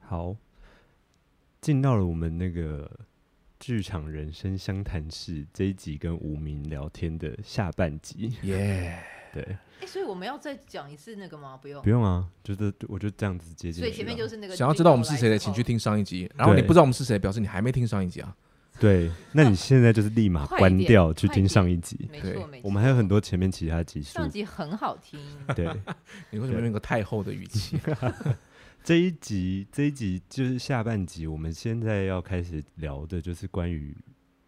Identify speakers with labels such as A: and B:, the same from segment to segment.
A: 好，进到了我们那个剧场人生相谈室这一集跟无名聊天的下半集。
B: 耶、
A: 对，
C: 哎，所以我们要再讲一次那个吗？不用
A: 不，用啊，就是我就这样子接进去
C: 所
A: 了。
C: 以前面就是那个
B: 想要知道我们是谁的，请去听上一集。然后你
A: 对
B: 不知道我们是谁，表示你还没听上一集啊。
A: 对，那你现在就是立马
C: 快
A: 关
C: 点
A: 掉去
C: 快
A: 听
C: 点
A: 上一集。
C: 没
B: 对
C: 错没错。
A: 我们还有很多前面其他集数
C: 上，集很好听，
A: 对，
B: 你为什么用一个太后的语气？
A: 这一集，这一集就是下半集，我们现在要开始聊的就是关于，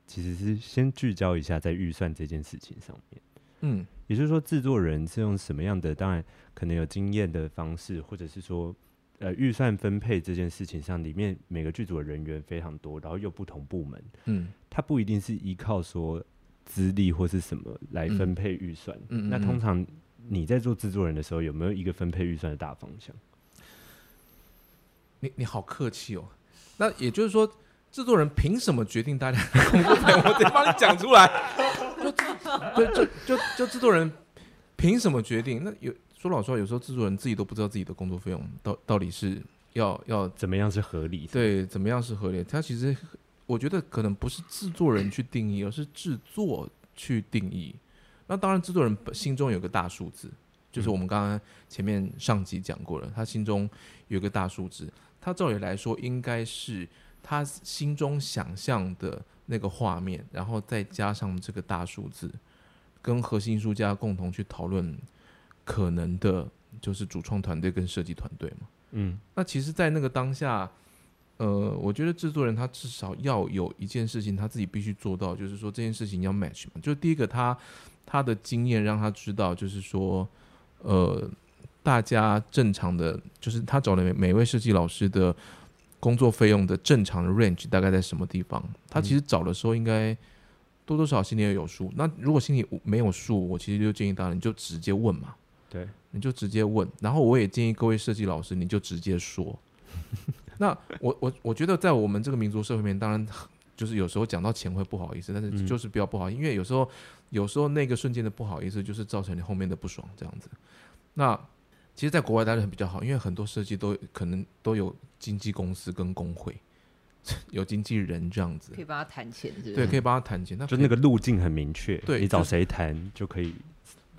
A: 其实是先聚焦一下在预算这件事情上面。
B: 嗯，
A: 也就是说，制作人是用什么样的，当然可能有经验的方式，或者是说，呃，预算分配这件事情上，里面每个剧组的人员非常多，然后又不同部门，
B: 嗯，
A: 它不一定是依靠说资历或是什么来分配预算。
B: 嗯嗯嗯
A: 那通常你在做制作人的时候，有没有一个分配预算的大方向？
B: 你你好客气哦。那也就是说，制作人凭什么决定大家的工作费？我得帮你讲出来。就就就就就制作人凭什么决定？那有说老实话，有时候制作人自己都不知道自己的工作费用到到底是要要
A: 怎么样是合理？，
B: 对，怎么样是合理？它其实我觉得可能不是制作人去定义，而是制作去定义。那当然，制作人本心中有个大数字，就是我们刚刚前面上集讲过了，他心中有个大数字，他照理来说应该是他心中想象的那个画面，然后再加上这个大数字，跟核心艺术家共同去讨论可能的，就是主创团队跟设计团队嘛。
A: 嗯，
B: 那其实，在那个当下，呃，我觉得制作人他至少要有一件事情他自己必须做到，就是说这件事情要 match 嘛。就第一个他，他的经验让他知道，就是说，呃，大家正常的，就是他找的每每位设计老师的工作费用的正常的 range 大概在什么地方。他其实找的时候应该。多多少少心里也有数。那如果心里没有数，我其实就建议大家你就直接问嘛。
A: 对，
B: 你就直接问。然后我也建议各位设计老师，你就直接说。 那我我我觉得在我们这个民族社会里面，当然就是有时候讲到钱会不好意思，但
A: 嗯
B: 是就是不要不好意思，因为有时候有时候那个瞬间的不好意思，就是造成你后面的不爽这样子。那其实，在国外待的比较好，因为很多设计都可能都有经纪公司跟工会， 有经纪人这样子
C: 可，以帮他谈钱，是不是？
B: 对，可以帮他谈钱。那
A: 嗯就
B: 可以
A: 那个路径很明确，
B: 嗯对
A: 你
B: 就
A: 找
B: 是
A: 谁谈就可以，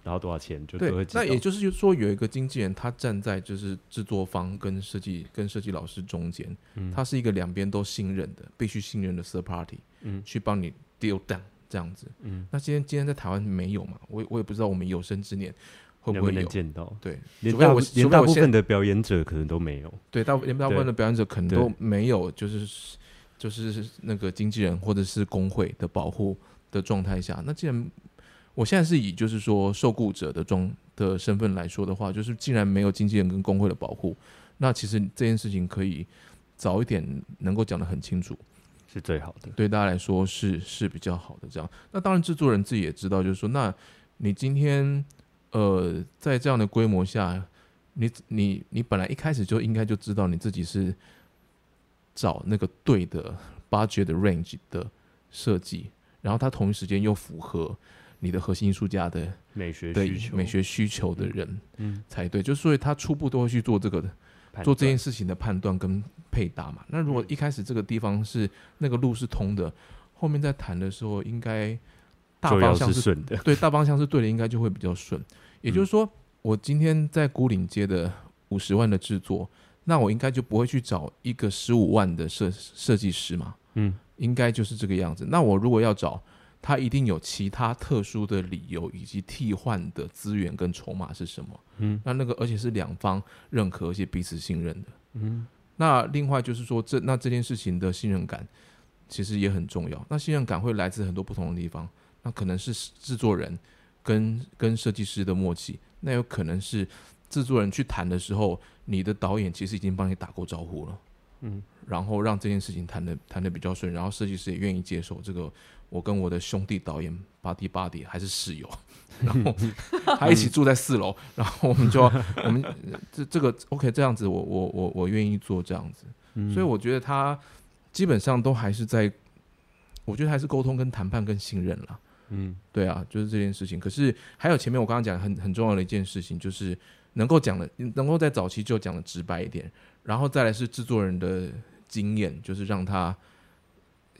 A: 然后多少钱就
B: 对
A: 都会，知道
B: 那。也就是说，有一个经纪人，他站在就是制作方跟设计跟设计老师中间，
A: 嗯
B: 他是一个两边都信任的，必须信任的 third party，
A: 嗯
B: 去帮你 deal down 这样子。
A: 嗯，
B: 那今天今天在台湾没有嘛？我也我也不知道我们有生之年会
A: 能
B: 不
A: 不
B: 会
A: 能
B: 有。
A: 见到？
B: 对，
A: 连
B: 除非
A: 大
B: 我
A: 连
B: 除非
A: 大
B: 我
A: 部
B: 现
A: 分的表演者可能都没有。
B: 对大连大部分的表演者可能
A: 对
B: 都没有，就是就是那个经纪人或者是工会的保护的状态下，那既然我现在是以就是说受雇者的状的身份来说的话，就是既然没有经纪人跟工会的保护，那其实这件事情可以早一点能够讲得很清楚。
A: 是最好的。
B: 对大家来说是是比较好的这样。那当然，制作人自己也知道，就是说，那你今天呃，在这样的规模下，你你你本来一开始就应该就知道你自己是找那个对的 budget 的 range 的设计，然后它同一时间又符合你的核心艺术家的
A: 美学
B: 对
A: 需求，
B: 美学需求的人
A: 嗯，
B: 才对，就所以他初步都会去做这个的。
A: 判
B: 做这
A: 断
B: 件事情的判断跟配搭嘛。那如果一开始这个地方是那个路是通的，后面在谈的时候应该大
A: 就要
B: 方向
A: 是顺的。
B: 对，大方向是对的，应该就会比较顺。也就是说，我今天在孤岭街的五十万的制作，那我应该就不会去找一个十五万的设设计师嘛，
A: 嗯，
B: 应该就是这个样子。那我如果要找，他一定有其他特殊的理由以及替换的资源跟筹码是什么？
A: 嗯，
B: 那那个而且是两方认可，而且彼此信任的。嗯，那另外就是说，这那这件事情的信任感其实也很重要。那信任感会来自很多不同的地方，那可能是制作人跟跟设计师的默契，那有可能是制作人去谈的时候，你的导演其实已经帮你打过招呼了。
A: 嗯，
B: 然后让这件事情谈的谈的比较顺，然后设计师也愿意接受这个。我跟我的兄弟导演巴蒂巴蒂还是室友，然后他一起住在四楼，然后我们就我们 呃这这个 OK 这样子我，我我我愿意做这样子，嗯
A: 嗯
B: 所以我觉得他基本上都还是在，我觉得还是沟通跟谈判跟信任啦。
A: 嗯
B: 对啊，就是这件事情。可是还有前面我刚刚讲很很重要的一件事情，就是能够讲的，能够在早期就讲的直白一点，然后再来是制作人的经验，就是让他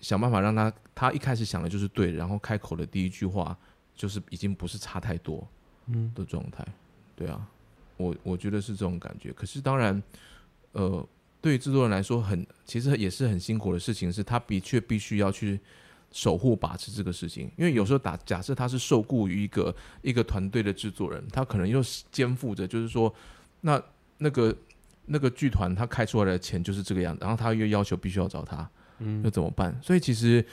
B: 想办法让他他一开始想的就是对的，然后开口的第一句话就是已经不是差太多
A: 嗯，
B: 的状态。对啊，我我觉得是这种感觉。可是当然，呃，对于制作人来说很其实也是很辛苦的事情，是他的确必须要去守护把持这个事情，因为有时候打假设他是受雇于一个一个团队的制作人，他可能又是肩负着就是说，那那个那个剧团他开出来的钱就是这个样子，然后他又要求必须要找他，嗯，那怎么办？所以其实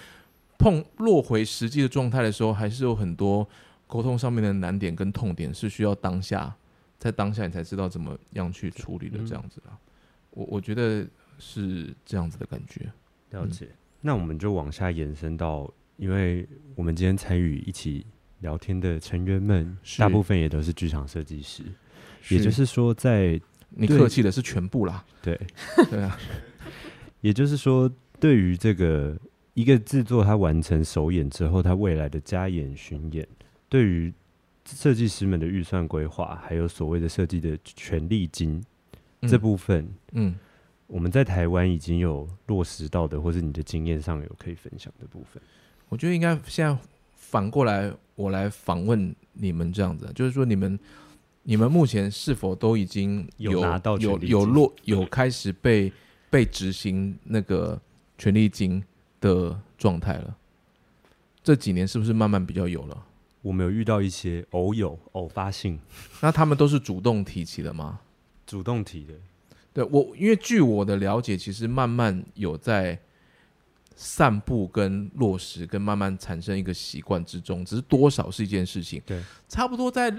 B: 碰落回实际的状态的时候，还是有很多沟通上面的难点跟痛点是需要当下在当下你才知道怎么样去处理的
A: 嗯
B: 这样子啦。我我觉得是这样子的感觉。嗯
A: 了解。那我们就往下延伸到，因为我们今天参与一起聊天的成员们，
B: 是
A: 大部分也都是剧场设计师，也就是说在，
B: 你
A: 对
B: 客气的是全部啦，
A: 对，
B: 对啊，
A: 也就是说，对于这个一个制作，它完成首演之后，它未来的加演巡演，对于设计师们的预算规划，还有所谓的设计的权利金、
B: 嗯
A: 这部分，
B: 嗯，
A: 我们在台湾已经有落实到的，或是你的经验上有可以分享的部分。
B: 我觉得应该现在反过来，我来访问你们这样子，啊就是说你们你们目前是否都已经
A: 有
B: 有
A: 拿到权
B: 有
A: 利
B: 有
A: 金
B: 落有开始被被执行那个权利金的状态了？这几年是不是慢慢比较有了？
A: 我们有遇到一些偶有偶发性
B: 那他们都是主动提起的吗？
A: 主动提的，
B: 对我，因为据我的了解，其实慢慢有在散布跟落实，跟慢慢产生一个习惯之中，只是多少是一件事情。
A: 对，
B: 差不多在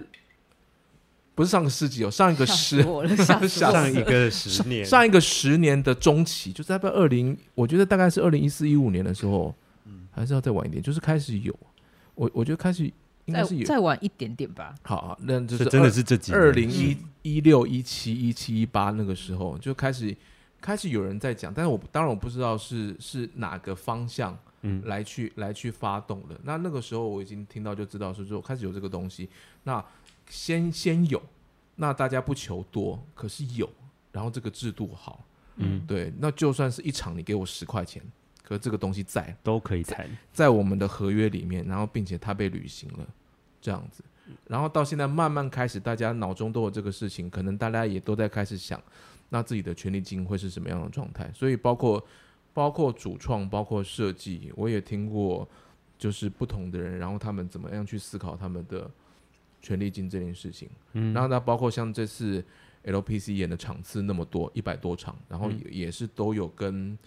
B: 不是上个世纪哦，上一个
C: 吓
B: 十
C: 死我了，吓死
B: 吓死
C: 我
A: 上
C: 了
A: 一个十年，
B: 上一个十年的中期，就在二零，我觉得大概是二零一四一五年的时候，
A: 嗯
B: 还是要再晚一点，就是开始有，我我觉得开始应该是
C: 再
B: 有。
C: 再晚一点点吧。
B: 好、啊，那就
A: 这
B: 是
A: 真的
B: 二
A: 是这几年
B: 二零一一六一七一七一八那个时候就开始开始有人在讲，但是我当然我不知道是是哪个方向
A: 嗯
B: 来去、来去发动的。那那个时候我已经听到就知道是说开始有这个东西，那先先有，那大家不求多，可是有，然后这个制度好，
A: 嗯
B: 对，那就算是一场你给我十块钱，可是这个东西在，
A: 都可以谈，
B: 在我们的合约里面，然后并且它被履行了，这样子。然后到现在慢慢开始，大家脑中都有这个事情，可能大家也都在开始想，那自己的权利金会是什么样的状态？所以包括包括主创，包括设计，我也听过，就是不同的人，然后他们怎么样去思考他们的权利金这件事情。
A: 嗯
B: 然后那包括像这次 LPC 演的场次那么多，一百多场，然后
A: 嗯
B: 也也是都有跟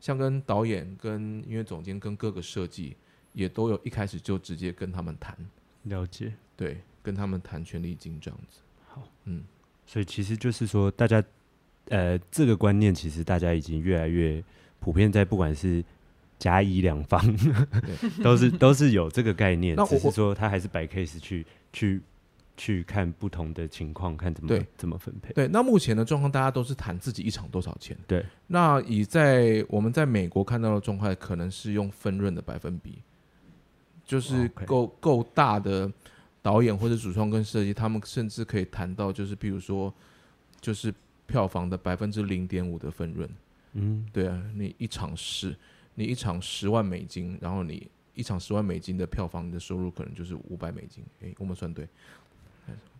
B: 像跟导演、跟音乐总监、跟各个设计也都有一开始就直接跟他们谈，
A: 了解。
B: 对，跟他们谈权利金这样子。
A: 所以其实就是说，大家呃，这个观念其实大家已经越来越普遍，在不管是甲乙两方， 都 是都是有这个概念
B: 那，我
A: 只是说他还是摆 case 去去去看不同的情况，看怎么
B: 对
A: 怎么分配。
B: 对，那目前的状况，大家都是谈自己一场多少钱。
A: 对，
B: 那以在我们在美国看到的状况，可能是用分润的百分比，就是
A: 哦哇，OK
B: 够够大的导演或者主创跟设计，他们甚至可以谈到，就是譬如说，就是票房的百分之零点五的分润。
A: 嗯，
B: 对啊，你一场十，你一场十万美金，然后你一场十万美金的票房，你的收入可能就是五百美金。诶，我们算对。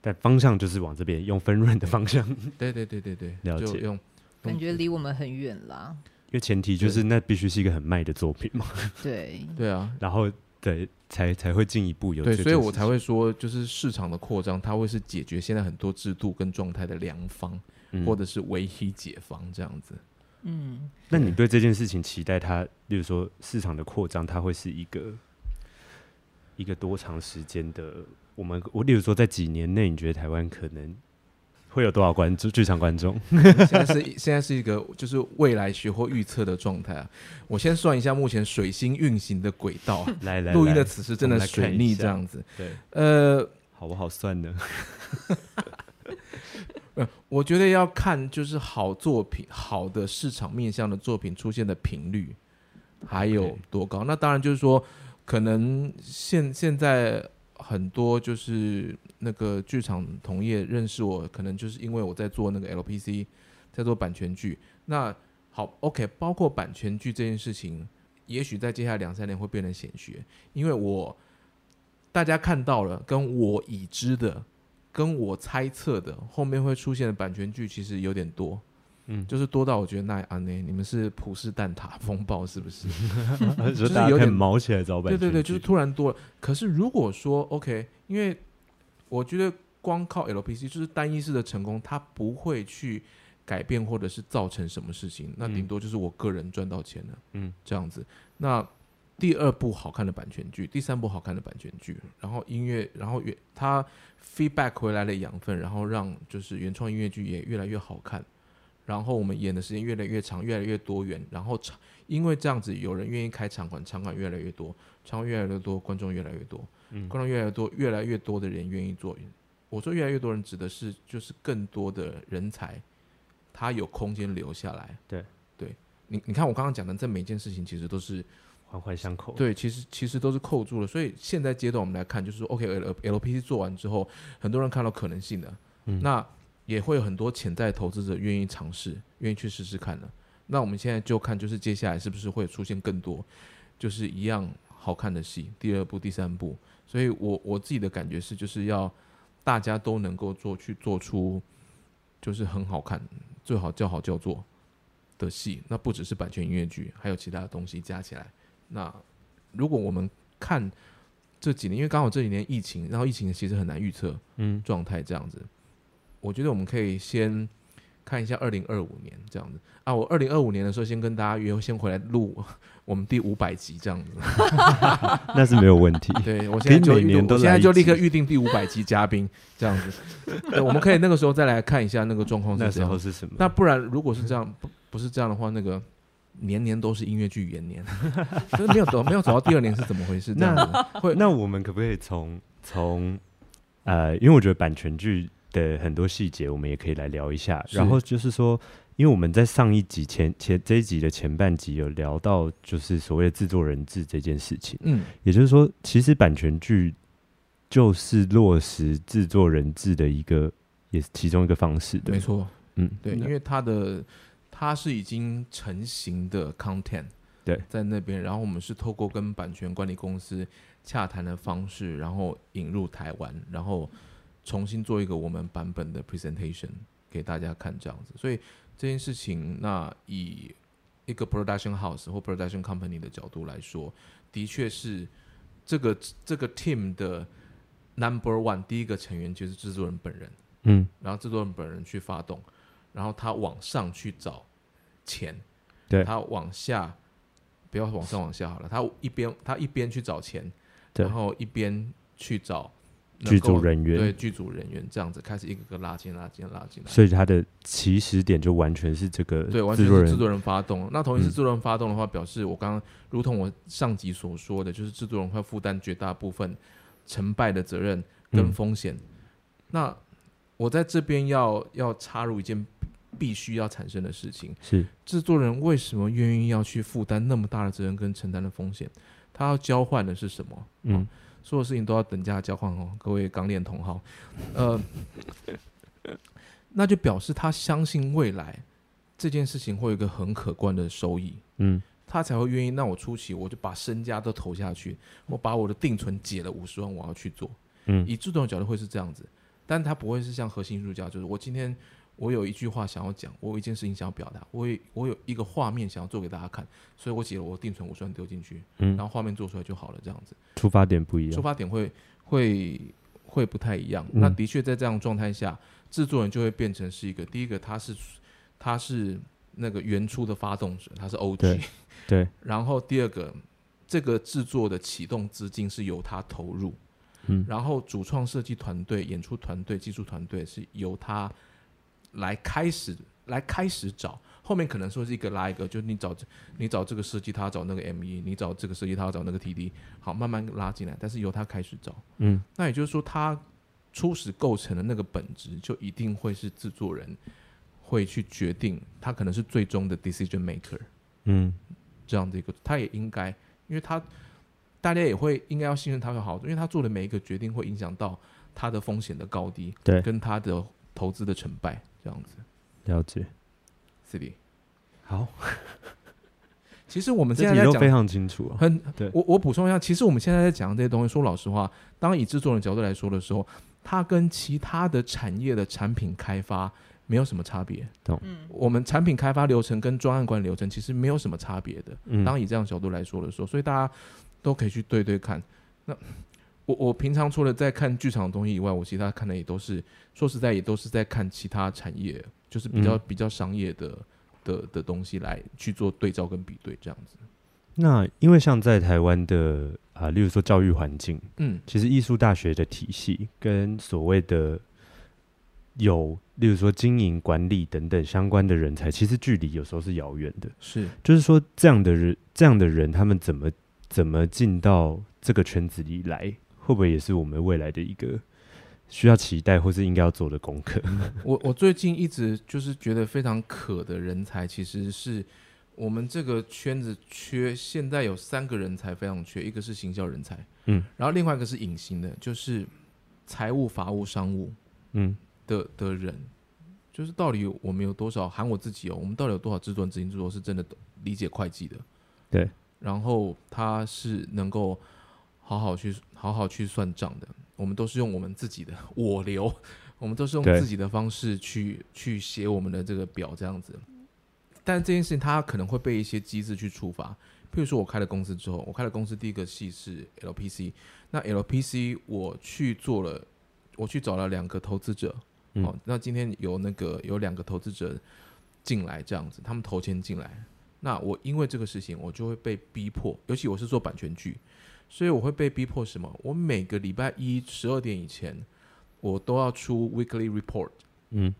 A: 但方向就是往这边用分润的方 向，因
B: 对对对对对，
A: 嗯了
B: 就
A: 解
B: 用
C: 感觉离我们很远啦，
A: 为前提就是那必须是一个很卖的作品嘛，
C: 对，
B: 对啊，
A: 然后对才才会进一步有
B: 对，
A: 这
B: 所以
A: 件
B: 我
A: 事
B: 才会说，就是市场的扩张，它会是解决现在很多制度跟状态的良方，
A: 情
B: 或者是唯一解方这样子。
C: 嗯，
A: 那你对这件事情期待它，例如说市场的扩张，它会是一个一个多长时间的？我们我例如说在几年内，你觉得台湾可能会有多少观众剧场观 众？，
B: 现在是现在是一个就是未来学或预测的状态啊。我先算一下目前水星运行的轨道啊
A: 来 来
B: 录音的
A: 来
B: 此时真
A: 我
B: 的
A: 们来看
B: 水
A: 一
B: 逆
A: 下
B: 这样子。
A: 对，
B: 呃，
A: 好不好算呢？
B: 我觉得要看就是好作品、好的市场面向的作品出现的频率还有
A: OK
B: 多高。那当然就是说，可能现现在很多就是那个剧场同业认识我，可能就是因为我在做那个 LPC，在做版权剧。那好，OK，包括版权剧这件事情，也许在接下来两三年会变成显学，因为我大家看到了，跟我已知的，跟我猜测的，后面会出现的版权剧其实有点多。
A: 嗯，
B: 就是多到我觉得那安呢，你们是普世蛋挞风暴是不是？
A: 就是大家
B: 有
A: 开始
B: 点
A: 毛起来 找版权
B: 对
A: 剧，
B: 对对，就是突然多了。可是如果说 OK，因为我觉得光靠 LPC 就是单一式的成功，它不会去改变或者是造成什么事情，那
A: 嗯
B: 顶多就是我个人赚到钱了，
A: 嗯，
B: 这样子。那第二部好看的版权剧，第三部好看的版权剧，然后音乐，然后原它 feedback 回来的养分，然后让就是原创音乐剧也越来越好看，然后我们演的时间越来越长，越来越多元，然后场因为这样子，有人愿意开场馆，场馆越来越多，场馆越来越多，观众越来越多，
A: 嗯
B: 观众越来越多，越来越多的人愿意做。我说越来越多人指的是就是更多的人才，他有空间留下来。
A: 对
B: 对，你你看我刚刚讲的这每一件事情，其实都是
A: 环环相扣。
B: 对，其实其实都是扣住了。所以现在阶段我们来看，就是说，OK，L L P C 做完之后，很多人看到可能性的，
A: 嗯
B: 那也会有很多潜在投资者愿意尝试，愿意去试试看的。那我们现在就看，就是接下来是不是会出现更多，就是一样好看的戏，第二部、第三部。所以我我自己的感觉是，就是要大家都能够做去做出，就是很好看，最好叫好叫座的戏。那不只是版权音乐剧，还有其他的东西加起来。那如果我们看这几年，因为刚好这几年疫情，然后疫情其实很难预测
A: 嗯，
B: 状态这样子，我觉得我们可以先看一下二零二五年这样子啊。我二零二五年的时候先跟大家约，先回来录我们第五百集这 样子。
A: 那是没有问题。
B: 对我现在就
A: 可以每
B: 预
A: 年
B: 定，
A: 都
B: 我现在
A: 来一
B: 就立刻
A: 集
B: 预定第五百集嘉宾这样子。 对，我们可以那个时候再来看一下那个状况
A: 那
B: 是怎
A: 时
B: 样
A: 候。是什么？
B: 那不然如果是这样，不不是这样的话，那个年年都是音乐剧元年， 所以没有走没有走到第二年是怎么回事？这样子 会
A: 那我们可不可以从从呃，因为我觉得版权剧的很多细节，我们也可以来聊一下。
B: 是
A: 然后就是说，因为我们在上一集前前这一集的前半集有聊到，就是所谓的制作人制这件事情。
B: 嗯
A: 也就是说，其实版权剧就是落实制作人制的一个，也是其中一个方式的。
B: 没，错，
A: 嗯，
B: 对，因为它的它是已经成型的 content，
A: 对，
B: 在那边，然后我们是透过跟版权管理公司洽谈的方式，然后引入台湾，然后重新做一个我们版本的 presentation 给大家看，这样子。所以这件事情，那以一个 production house 或 production company 的角度来说，的确是这个这个 team 的 number one 第一个成员就是制作人本人。
A: 嗯，
B: 然后制作人本人去发动，然后他往上去找钱，
A: 对
B: 他往下不要往上往下好了，他一边他一边去找钱，
A: 对
B: 然后一边去找能
A: 剧
B: 够
A: 组人员
B: 哦对剧组人员这样子开始一个个拉进拉进拉进来，
A: 所以它的起始点就完全是这个
B: 对，完
A: 制
B: 全
A: 作
B: 是制
A: 人。
B: 作人发动。那同一是
A: 嗯
B: 制作人发动的话，表示我刚刚如同我上集所说的，就是制作人会负担绝大部分成败的责任跟
A: 嗯
B: 风险。那我在这边要要插入一件必须要产生的事情：
A: 是，
B: 制作人为什么愿意要去负担那么大的责任跟承担的风险？他要交换的是什么？
A: 嗯，
B: 所有事情都要等价交换哦，各位港脸同好，呃， 那就表示他相信未来这件事情会有一个很可观的收益，
A: 嗯，
B: 他才会愿意让我出奇，我就把身家都投下去，我把我的定存解了五十万，我要去做，
A: 嗯
B: 以制作人角度会是这样子，但他不会是像核心艺术家，就是我今天我有一句话想要讲，我有一件事情想要表达，我有我有一个画面想要做给大家看，所以我解了我定存五十万丢进去，
A: 嗯
B: 然后画面做出来就好了，这样子。
A: 出发点不一
B: 出
A: 样。
B: 发点会会会不太一样。
A: 嗯
B: 那的确在这样的状态下，制作人就会变成是一个第一个，他是他是那个原初的发动者，他是 OG
A: 对。对，
B: 然后第二个，这个制作的启动资金是由他投入，
A: 嗯
B: 然后主创设计团队、演出团队、技术团队是由他来开始来开始找。后面可能说是一个拉一个，就是你找这你找这个设计，他找那个 ME，你找这个设计，他找那个 TD，好，慢慢拉进来。但是由他开始找，
A: 嗯，
B: 那也就是说，他初始构成的那个本质，就一定会是制作人会去决定，他可能是最终的 decision maker。
A: 嗯，
B: 这样的一个，他也应该，因为他大家也会应该要信任他会好，因为他做的每一个决定会影响到他的风险的高低，
A: 对
B: 跟他的投资的成败这样子。
A: 了解。
B: c d
A: 好，
B: 其实我们现
A: 这
B: 在
A: 题
B: 在
A: 都
B: 讲
A: 非常清楚、哦。
B: 很
A: 对
B: 我我补充一下，其实我们现在在讲这些东西，说老实话，当以制作人角度来说的时候，它跟其他的产业的产品开发没有什么差别。
C: 嗯
B: 我们产品开发流程跟专案管理流程其实没有什么差别的。
A: 嗯，
B: 当以这样角度来说的时候，所以大家都可以去对对看。那我我平常除了在看剧场的东西以外，我其他看的也都是说实在也都是在看其他产业，就是比较、
A: 嗯
B: 比较商业的的的东西来去做对照跟比对这样子。
A: 那因为像在台湾的啊、例如说教育环境，
B: 嗯
A: 其实艺术大学的体系跟所谓的有，例如说经营管理等等相关的人才，其实距离有时候是遥远的。
B: 是
A: 就是说，这样的人，这样的人，他们怎么怎么进到这个圈子里来，会不会也是我们未来的一个需要期待或是应该要做的功课？
B: 我我最近一直就是觉得非常渴的人才，其实是我们这个圈子缺。现在有三个人才非常缺，一个是行销人才，
A: 嗯，
B: 然后另外一个是隐形的，就是财务、法务、商务
A: 嗯，
B: 的的人。就是到底我们有多少，含我自己哦，我们到底有多少制作人、执行制作是真的懂理解会计的？
A: 对。
B: 然后他是能够好好去好好去算账的。我们都是用我们自己的我流，我们都是用
A: 对
B: 自己的方式去去写我们的这个表这样子。但这件事情它可能会被一些机制去触发，譬如说我开了公司之后，我开了公司第一个系是 LPC，那 LPC 我去做了，我去找了两个投资者，
A: 嗯
B: 哦，那今天有那个有两个投资者进来这样子，他们投钱进来，那我因为这个事情，我就会被逼迫，尤其我是做版权剧，所以我会被逼迫什么？我每个礼拜一十二点以前，我都要出 weekly report，
A: 嗯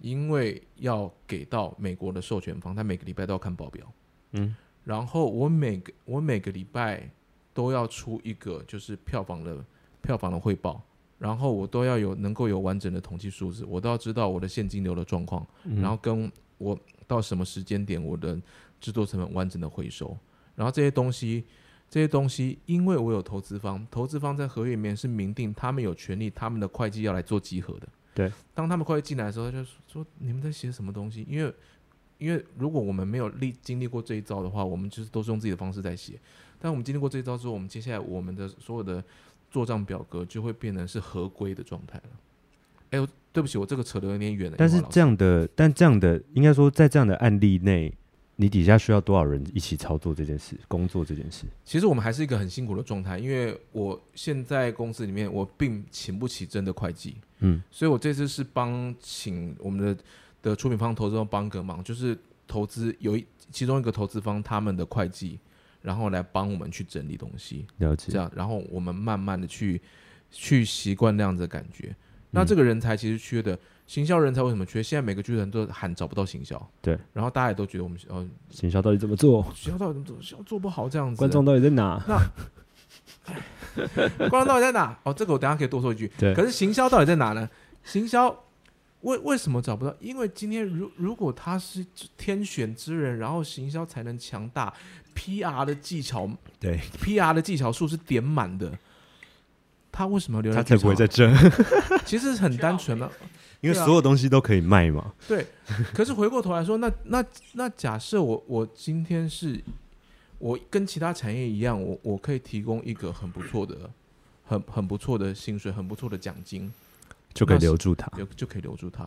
B: 因为要给到美国的授权方，他每个礼拜都要看报表。
A: 嗯，
B: 然后我每个我每个礼拜都要出一个就是票房的票房的汇报，然后我都要有能够有完整的统计数字，我都要知道我的现金流的状况，
A: 嗯
B: 然后跟我到什么时间点我的制作成本完整的回收，然后这些东西。这些东西，因为我有投资方，投资方在合约里面是明定他们有权利，他们的会计要来做集合的。
A: 对，
B: 当他们会计进来的时候，他就说：“你们在写什么东西？”因为因为如果我们没有历经历过这一招的话，我们就是都是用自己的方式在写。但我们经历过这一招之后，我们接下来我们的所有的做账表格就会变成是合规的状态了。哎、呦，对不起，我这个扯得有点远了。
A: 但
B: 英
A: 是
B: 华老师
A: 这样的，但这样的，应该说在这样的案例内，你底下需要多少人一起操作这件事，工作这件事？
B: 其实我们还是一个很辛苦的状态，因为我现在公司里面我并请不起真的会计，
A: 嗯，
B: 所以我这次是帮请我们的的出品方、投资方帮个忙，就是投资有一其中一个投资方他们的会计，然后来帮我们去整理东西，
A: 了
B: 这
A: 解。
B: 样，然后我们慢慢的去去习惯那样子的感觉。那
A: 嗯
B: 这个人才其实缺的，行销人才为什么缺？现在每个剧团都喊找不到行销，
A: 对，
B: 然后大家也都觉得我们哦，
A: 行销到底怎么做？
B: 行销到底怎么做行销做不好这样子，
A: 观众到底在哪？
B: 观众到底在哪？哦，这个我等一下可以多说一句。
A: 对
B: 可是行销到底在哪呢？行销为为什么找不到？因为今天如如果他是天选之人，然后行销才能强大，PR 的技巧
A: 对
B: ，PR 的技巧数是点满的，他为什么要留
A: 他
B: 在剧
A: 才
B: 场？
A: 不会在 这，
B: 其实很单纯的，
A: 因为
B: 对啊
A: 所有东西都可以卖嘛。
B: 对，可是回过头来说，那那那假设我我今天是，我跟其他产业一样，我我可以提供一个很不错的、很很不错的薪水、很不错的奖金，
A: 就可以
B: 那是
A: 留住它，
B: 有就可以留住他。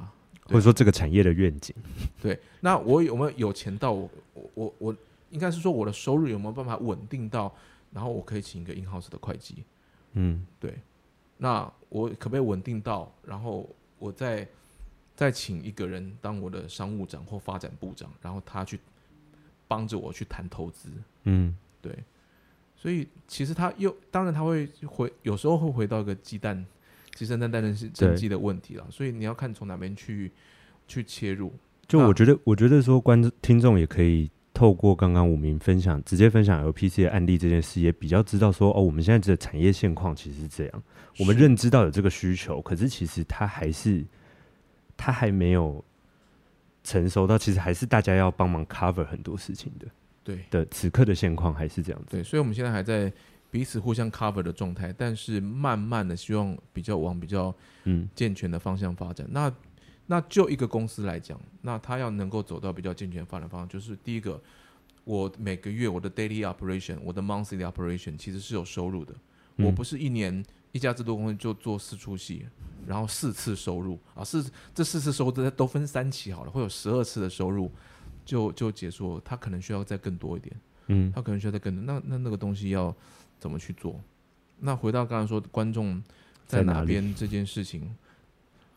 A: 或者说这个产业的愿景。
B: 对，那我有没有有钱到我我我我应该是说我的收入有没有办法稳定到，然后我可以请一个 in house 的会计，
A: 嗯，
B: 那我可不可以稳定到，然后我再再请一个人当我的商务长或发展部长，然后他去帮着我去谈投资，
A: 嗯，
B: 对，所以其实他又当然他会回，有时候会回到一个鸡蛋鸡生蛋蛋的是
A: 对
B: 经济的问题了，所以你要看从哪边去去切入，
A: 就
B: 那
A: 我觉得，我觉得说观众听众也可以透过刚刚武明分享，直接分享 LPC 的案例这件事，也比较知道说哦，我们现在的产业现况其实是这样，我们
B: 是
A: 认知到有这个需求，可是其实它还是它还没有成熟到，其实还是大家要帮忙 cover 很多事情的
B: 对
A: 的此刻的现况还是这样子。
B: 对，所以我们现在还在彼此互相 cover 的状态，但是慢慢的希望比较往比较
A: 嗯
B: 健全的方向发展。那那就一个公司来讲，那它要能够走到比较健全发展方向，就是第一个，我每个月我的 daily operation，我的 monthly operation 其实是有收入的。
A: 嗯
B: 我不是一年一家制作公司就做四出戏，然后四次收入啊，四这四次收入都分三期好了，会有十二次的收入就就结束了，它可能需要再更多一点。
A: 嗯
B: 他可能需要再更多。那那那个东西要怎么去做？那回到刚才说观众在
A: 在哪
B: 哪
A: 里
B: 边这件事情，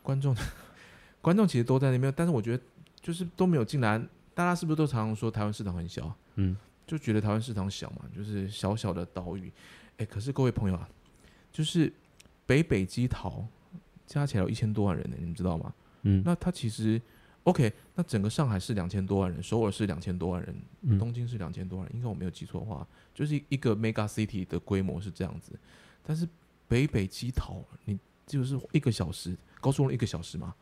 B: 观众 观众其实都在那边，但是我觉得就是都没有进来。大家是不是都常常说台湾市场很小？
A: 嗯，
B: 就觉得台湾市场小嘛，就是小小的岛屿。哎，可是各位朋友啊，就是北北基桃加起来有一千多万人呢，你们知道吗？
A: 嗯，
B: 那它其实 OK，那整个上海是两千多万人，首尔是两千多万人，
A: 嗯
B: 东京是两千多万人，应该我没有记错的话，就是一个 mega city 的规模是这样子。但是北北基桃，你就是一个小时，高速公路一个小时嘛，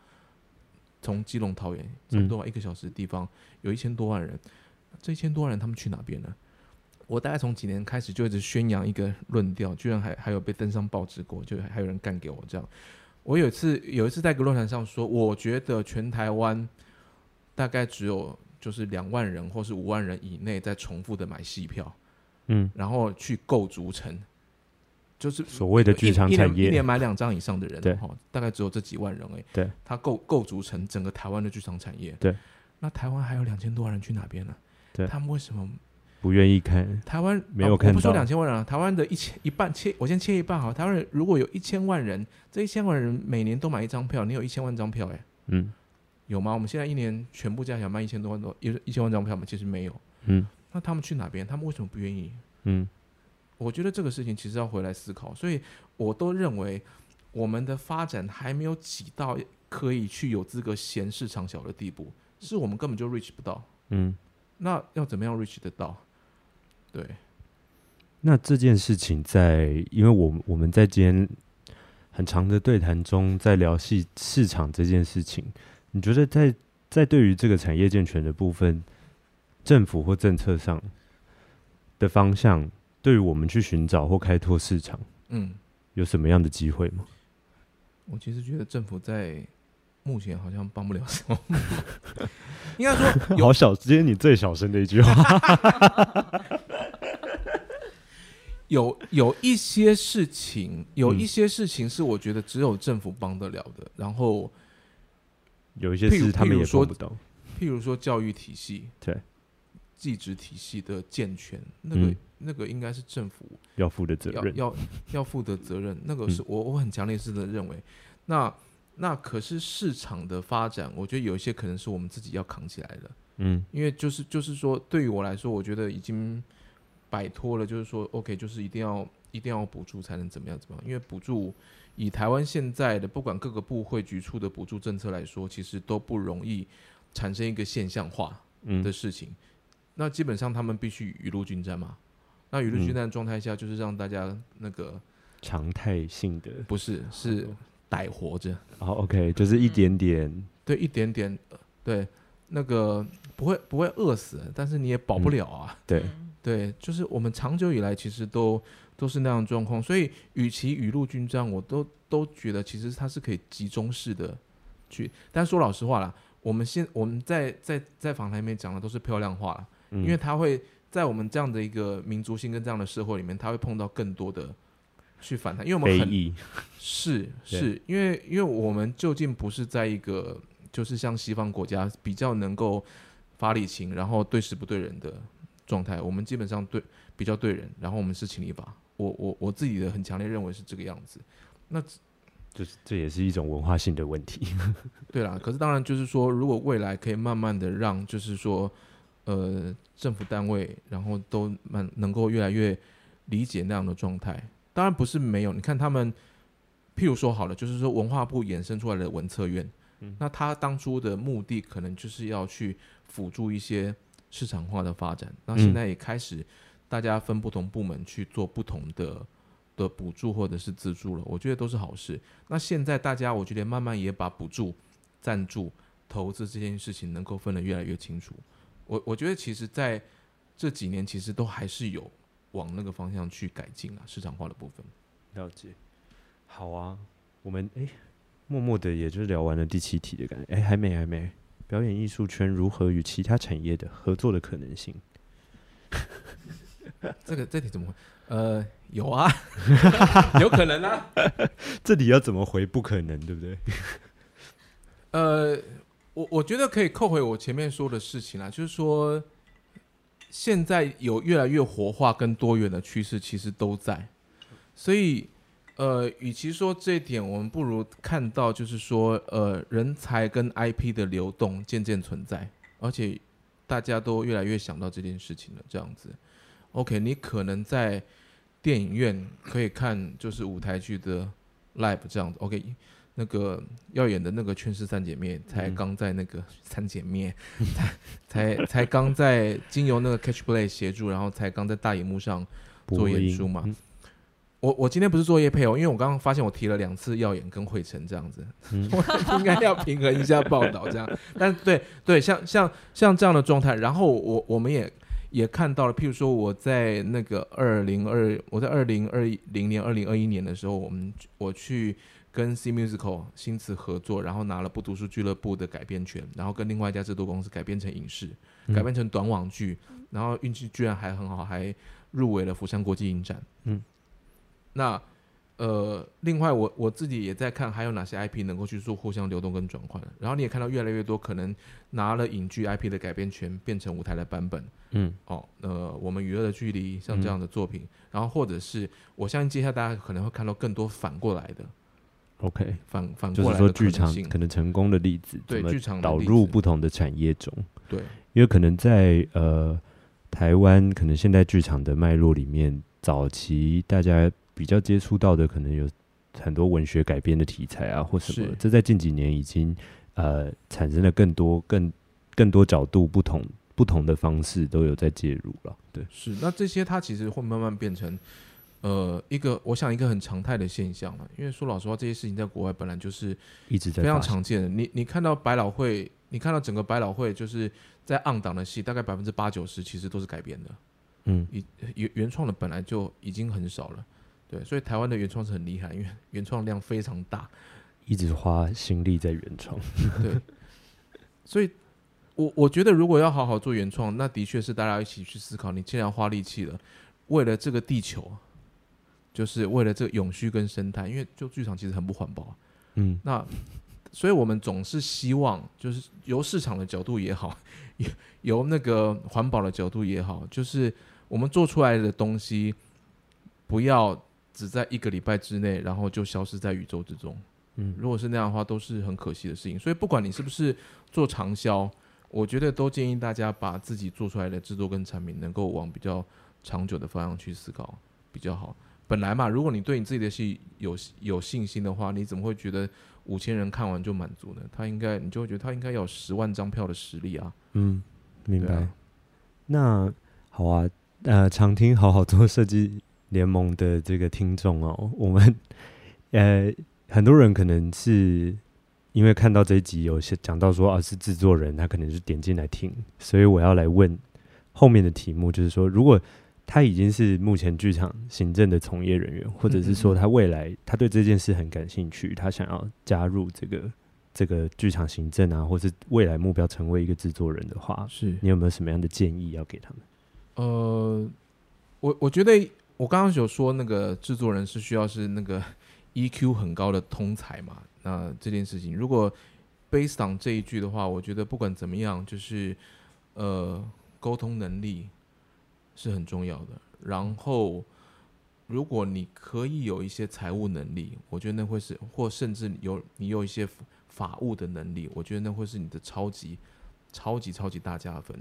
B: 从基隆桃园差不多吧，一个小时的地方有一千多万人，这一千多万人他们去哪边呢？我大概从几年开始就一直宣扬一个论调，居然还还有被登上报纸过，就还还有人干给我这样。我有一次有一次在一个论坛上说，我觉得全台湾大概只有就是两万人或是五万人以内在重复的买戏票，
A: 嗯，
B: 然后去构筑成，就是
A: 所谓的剧场
B: 一一
A: 产
B: 年一
A: 业
B: 年，买两张以上的人，
A: 对
B: 哈，大概只有这几万人而已。
A: 对，
B: 它构构筑成整个台湾的剧场产业。
A: 对，
B: 那台湾还有两千多万人去哪边呢？
A: 对
B: 他们为什么
A: 不愿意看，
B: 台湾
A: 没有
B: 呃我
A: 看
B: 不说
A: 到
B: 两千万人啊，台湾的一千一半切，我先切一半好了。台湾人如果有一千万人，这一千万人每年都买一张票，你有一千万张票哎、
A: 嗯
B: 有吗？我们现在一年全部加起来卖一千多万多，一一千万张票吗？其实没有。
A: 嗯
B: 那他们去哪边？他们为什么不愿意？
A: 嗯
B: 我觉得这个事情其实要回来思考，所以我都认为我们的发展还没有挤到可以去有资格嫌市场小的地步，是我们根本就 reach 不到。
A: 嗯。
B: 那要怎么样 reach 得到？对，
A: 那这件事情在，因为我我们在今天很长的对谈中，在聊戏市场这件事情，你觉得在在对于这个产业健全的部分，政府或政策上的方向，对于我们去寻找或开拓市场，
B: 嗯，
A: 有什么样的机会吗？
B: 我其实觉得政府在目前好像帮不了什么忙， 应该说有
A: 好小，今天你最小声的一句话，
B: 有有一些事情，有
A: 嗯
B: 一些事情是我觉得只有政府帮得了的，然后。
A: 有一些
B: 譬如
A: 事他们
B: 譬
A: 也
B: 如
A: 做
B: 说
A: 不懂。
B: 譬如说教育体系，
A: 对，
B: 技职体系的健全，那个、
A: 嗯
B: 那个应该是政府
A: 要负的责
B: 要
A: 任，嗯
B: 要要负的责任，那个是我我很强烈是的认为，那那可是市场的发展，我觉得有一些可能是我们自己要扛起来的，
A: 嗯
B: 因为就是就是说，对于我来说，我觉得已经摆脱了，就是说，OK，就是一定要一定要补助才能怎么样怎么样，因为补助以台湾现在的不管各个部会局处的补助政策来说，其实都不容易产生一个现象化的
A: 嗯
B: 事情。那基本上他们必须雨露均沾嘛。那雨露均沾的状态下，就是让大家那个
A: 常态性的。
B: 不是是歹活着，
A: 好、o k 就是
B: 嗯
A: 一点点，
B: 对，一点点，呃对，那个不会不会饿死，但是你也保不了啊。
A: 对，
C: 嗯
B: 对，就是我们长久以来其实都都是那样的状况，所以与其雨露均沾，我都都觉得其实它是可以集中式的去。但说老实话啦，我们现我们在在在访谈里面讲的都是漂亮话啦，
A: 嗯
B: 因为它会在我们这样的一个民族性跟这样的社会里面，它会碰到更多的去反弹，因为我
A: 非
B: 们很
A: 议，
B: 是
A: 对
B: 是，因为因为我们究竟不是在一个就是像西方国家比较能够法理情，然后对事不对人的状态，我们基本上对比较对人，然后我们是情理法。我我我自己的很强烈认为是这个样子。
A: 就是这也是一种文化性的问题。
B: 对啦，可是当然就是说，如果未来可以慢慢的让，就是说，呃，政府单位然后都蛮能够越来越理解那样的状态，当然不是没有。你看他们，譬如说好了，就是说文化部衍生出来的文策院，那他当初的目的可能就是要去辅助一些市场化的发展，那现在也开始大家分不同部门去做不同的。的补助或者是资助了，我觉得都是好事。那现在大家，我觉得慢慢也把补助赞助、投资这件事情能够分得越来越清楚。我我觉得其实在这几年其实都还是有往那个方向去改进啊，市场化的部分。
A: 了解。好啊，我们哎、默默的也就聊完了第七题的感觉。哎、还没，还没。表演艺术圈如何与其他产业的合作的可能性？
B: 这个这题怎么会？呃，有啊， 有可能啊。
A: 这里要怎么回？不可能，对不对？
B: 呃，我我觉得可以扣回我前面说的事情啦，就是说，现在有越来越活化跟多元的趋势，其实都在。所以，呃，与其说这一点，我们不如看到就是说，呃，人才跟 IP 的流动渐渐存在，而且大家都越来越想到这件事情了。这样子，OK，你可能在电影院可以看就是舞台剧的 live 这样子，OK。那个耀眼的那个《劝世三姐妹》才
A: 嗯
B: 刚在那个三姐妹，才才才刚在经由那个 Catch Play 协助，然后才刚在大荧幕上做
A: 播
B: 演
A: 音
B: 出嘛
A: 嗯
B: 我我今天不是做业配哦，因为我刚刚发现我提了两次耀眼跟惠晨这样子，
A: 嗯
B: 我应该要平衡一下报道这样。 但对对，像像像这样的状态，然后我我们也也看到了，譬如说我在那个二零二，我在二零二零年、二零二一年的时候，我们我去跟 C Musical 新词合作，然后拿了不读书俱乐部的改编权，然后跟另外一家制作公司改编成影视，
A: 嗯
B: 改编成短网剧，然后运气居然还很好，还入围了釜山国际影展。
A: 嗯，
B: 那呃，另外我我自己也在看还有哪些 IP 能够去做互相流动跟转换，然后你也看到越来越多可能拿了影剧 IP 的改编权变成舞台的版本。
A: 嗯，
B: 哦，呃，我们娱乐的距离像这样的作品，然后或者是我相信接下来大家可能会看到更多反过来的
A: OK，
B: 反反
A: 就
B: 过
A: 是
B: 来
A: 说
B: 的可
A: 剧
B: 能
A: 场
B: 性。
A: 可能成功的例子，
B: 对
A: 怎么
B: 剧场的
A: 导
B: 例
A: 入
B: 子
A: 不同的产业中，
B: 对，
A: 因为可能在呃台湾可能现代剧场的脉络里面，早期大家比较接触到的可能有很多文学改编的题材啊，或什么
B: 是，
A: 这在近几年已经呃产生了更多更更多角度不同不同的方式都有在介入了，对，
B: 是，那这些它其实会慢慢变成，呃，一个我想一个很常态的现象了。因为说老实话，这些事情在国外本来就是
A: 一直在
B: 非常
A: 发生
B: 常见的。你你看到百老汇，你看到整个百老汇就是在暗档的戏，大概百分之八九十其实都是改编的，
A: 嗯
B: 原原创的本来就已经很少了。对，所以台湾的原创是很厉害，因为原创量非常大。
A: 一直花心力在原创，
B: 对，所以我我觉得如果要好好做原创，那的确是大家一起去思考，你既然花力气了，为了这个地球，就是为了这个永续跟生态，因为就剧场其实很不环保啊、
A: 嗯
B: 那所以我们总是希望，就是由市场的角度也好， 由由那个环保的角度也好，就是我们做出来的东西，不要只在一个礼拜之内，然后就消失在宇宙之中。
A: 嗯
B: 如果是那样的话，都是很可惜的事情。所以不管你是不是做长销，我觉得都建议大家把自己做出来的制作跟产品能够往比较长久的方向去思考比较好。本来嘛，如果你对你自己的戏有有信心的话，你怎么会觉得五千人看完就满足呢？他应该，你就会觉得他应该要有十万张票的实力啊。
A: 嗯，明
B: 对
A: 白。
B: 啊
A: 那好啊，呃，常听好好做设计联盟的这个听众哦， 我们呃很多人可能是因为看到这一集有些讲到说啊是制作人，他可能是点进来听，所以我要来问后面的题目，就是说如果他已经是目前剧场行政的从业人员，或者是说
B: 嗯嗯嗯
A: 他未来他对这件事很感兴趣，他想要加入这个这个剧场行政啊，或是未来目标成为一个制作人的话，
B: 是，
A: 你有没有什么样的建议要给他们？
B: 呃，我我觉得我刚刚有说那个制作人是需要是那个 EQ 很高的通才嘛。那这件事情，如果 based on 这一句的话，我觉得不管怎么样，就是呃，沟通能力是很重要的。然后，如果你可以有一些财务能力，我觉得那会是，或甚至有你有一些法务的能力，我觉得那会是你的超级、超级、超级大加分。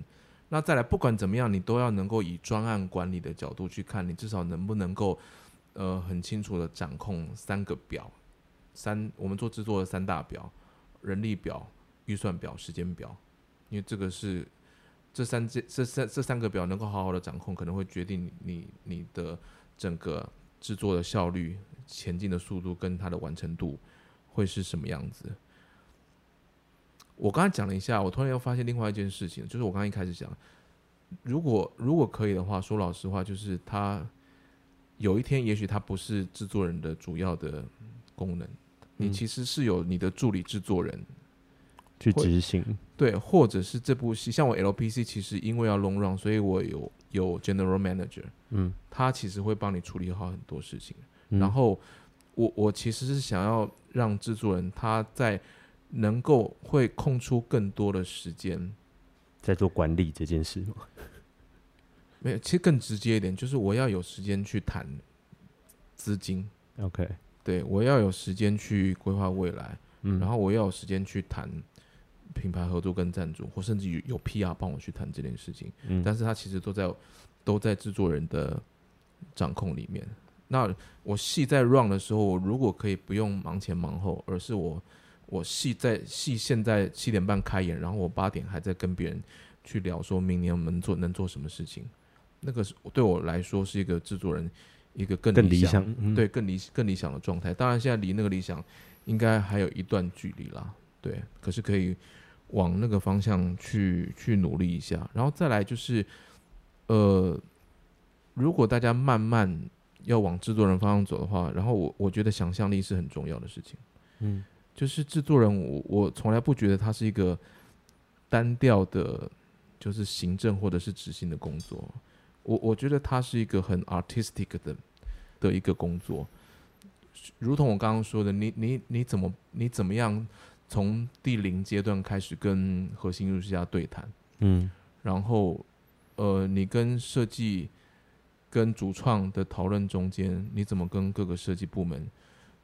B: 那再来，不管怎么样，你都要能够以专案管理的角度去看，你至少能不能够，呃，很清楚的掌控三个表，三我们做制作的三大表：人力表、预算表、时间表。因为这个是这三件这三这三个表能够好好的掌控，可能会决定你你你的整个制作的效率、前进的速度跟它的完成度会是什么样子。我刚才讲了一下，我突然又发现另外一件事情，就是我刚刚一开始讲，如果如果可以的话，说老实话，就是他有一天，也许他不是制作人的主要的功能，你
A: 嗯
B: 其实是有你的助理制作人，
A: 去
B: 会
A: 执行，
B: 对，或者是这部戏，像我 LPC，其实因为要 long run，所以我有有 general manager，
A: 嗯，
B: 他其实会帮你处理好很多事情。
A: 嗯
B: 然后我我其实是想要让制作人他在能够会空出更多的时间，
A: 在做管理这件事 吗，
B: 没有，其实更直接一点，就是我要有时间去谈资金，
A: OK，
B: 对我要有时间去规划未来，
A: 嗯，
B: 然后我要有时间去谈品牌合作跟赞助，或甚至有有 PR 帮我去谈这件事情。
A: 嗯
B: 但是它其实都在都在制作人的掌控里面。那我戏在 run 的时候，我如果可以不用忙前忙后，而是我我戏在戏现在七点半开演，然后我八点还在跟别人去聊，说明年我们做能做什么事情，那个是对我来说是一个制作人一个更
A: 更
B: 理
A: 理
B: 想
A: 想，嗯
B: 对更理更理想的状态。当然，现在离那个理想应该还有一段距离啦。对，可是可以往那个方向去去努力一下。然后再来就是，呃，如果大家慢慢要往制作人方向走的话，然后我我觉得想象力是很重要的事情。
A: 嗯
B: 就是制作人我，我从来不觉得他是一个单调的，就是行政或者是执行的工作。我我觉得他是一个很 artistic 的的一个工作，如同我刚刚说的，你你你怎么你怎么样从第零阶段开始跟核心艺术家对谈，
A: 嗯
B: 然后呃，你跟设计跟主创的讨论中间，你怎么跟各个设计部门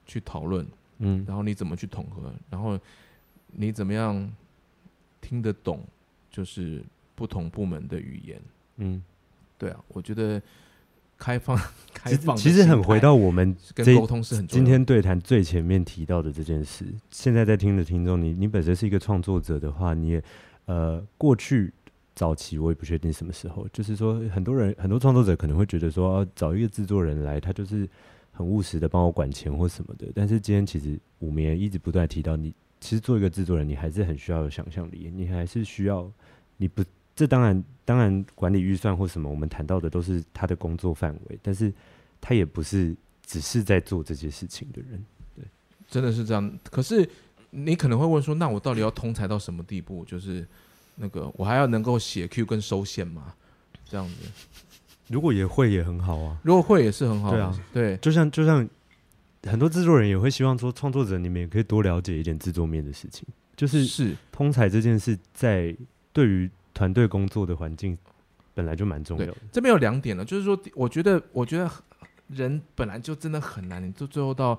B: 去讨论？
A: 嗯
B: 然后你怎么去统合，然后你怎么样听得懂，就是不同部门的语言。
A: 嗯，
B: 对啊，我觉得开放开
A: 其实
B: 放的
A: 其实很
B: 心态
A: 回到我们
B: 跟
A: 这
B: 沟通是很重
A: 今
B: 要的。
A: 天对谈最前面提到的这件事，现在在听的听众，你你本身是一个创作者的话，你也呃过去早期我也不确定什么时候，就是说很多人很多创作者可能会觉得说、啊找一个制作人来，他就是很务实的帮我管钱或什么的。但是今天其实我们也一直不断地提到你，其实做一个制作人，你还是很需要有想象力，你还是需要你不这当然当然管理预算或什么，我们谈到的都是他的工作范围，但是他也不是只是在做这些事情的人。
B: 真的是这样。可是你可能会问说，那我到底要通才到什么地步？就是那个我还要能够写 Q 跟收线吗？这样子，
A: 如果也会也很好啊，
B: 如果会也是很好的。
A: 对啊
B: 对
A: 就像就像很多制作人也会希望说，创作者你们也可以多了解一点制作面的事情。就是
B: 是
A: 通才这件事，在对于团队工作的环境本来就蛮重要
B: 对
A: 的。，
B: 这边有两点了，就是说，我觉得，我觉得人本来就真的很难，你就最后到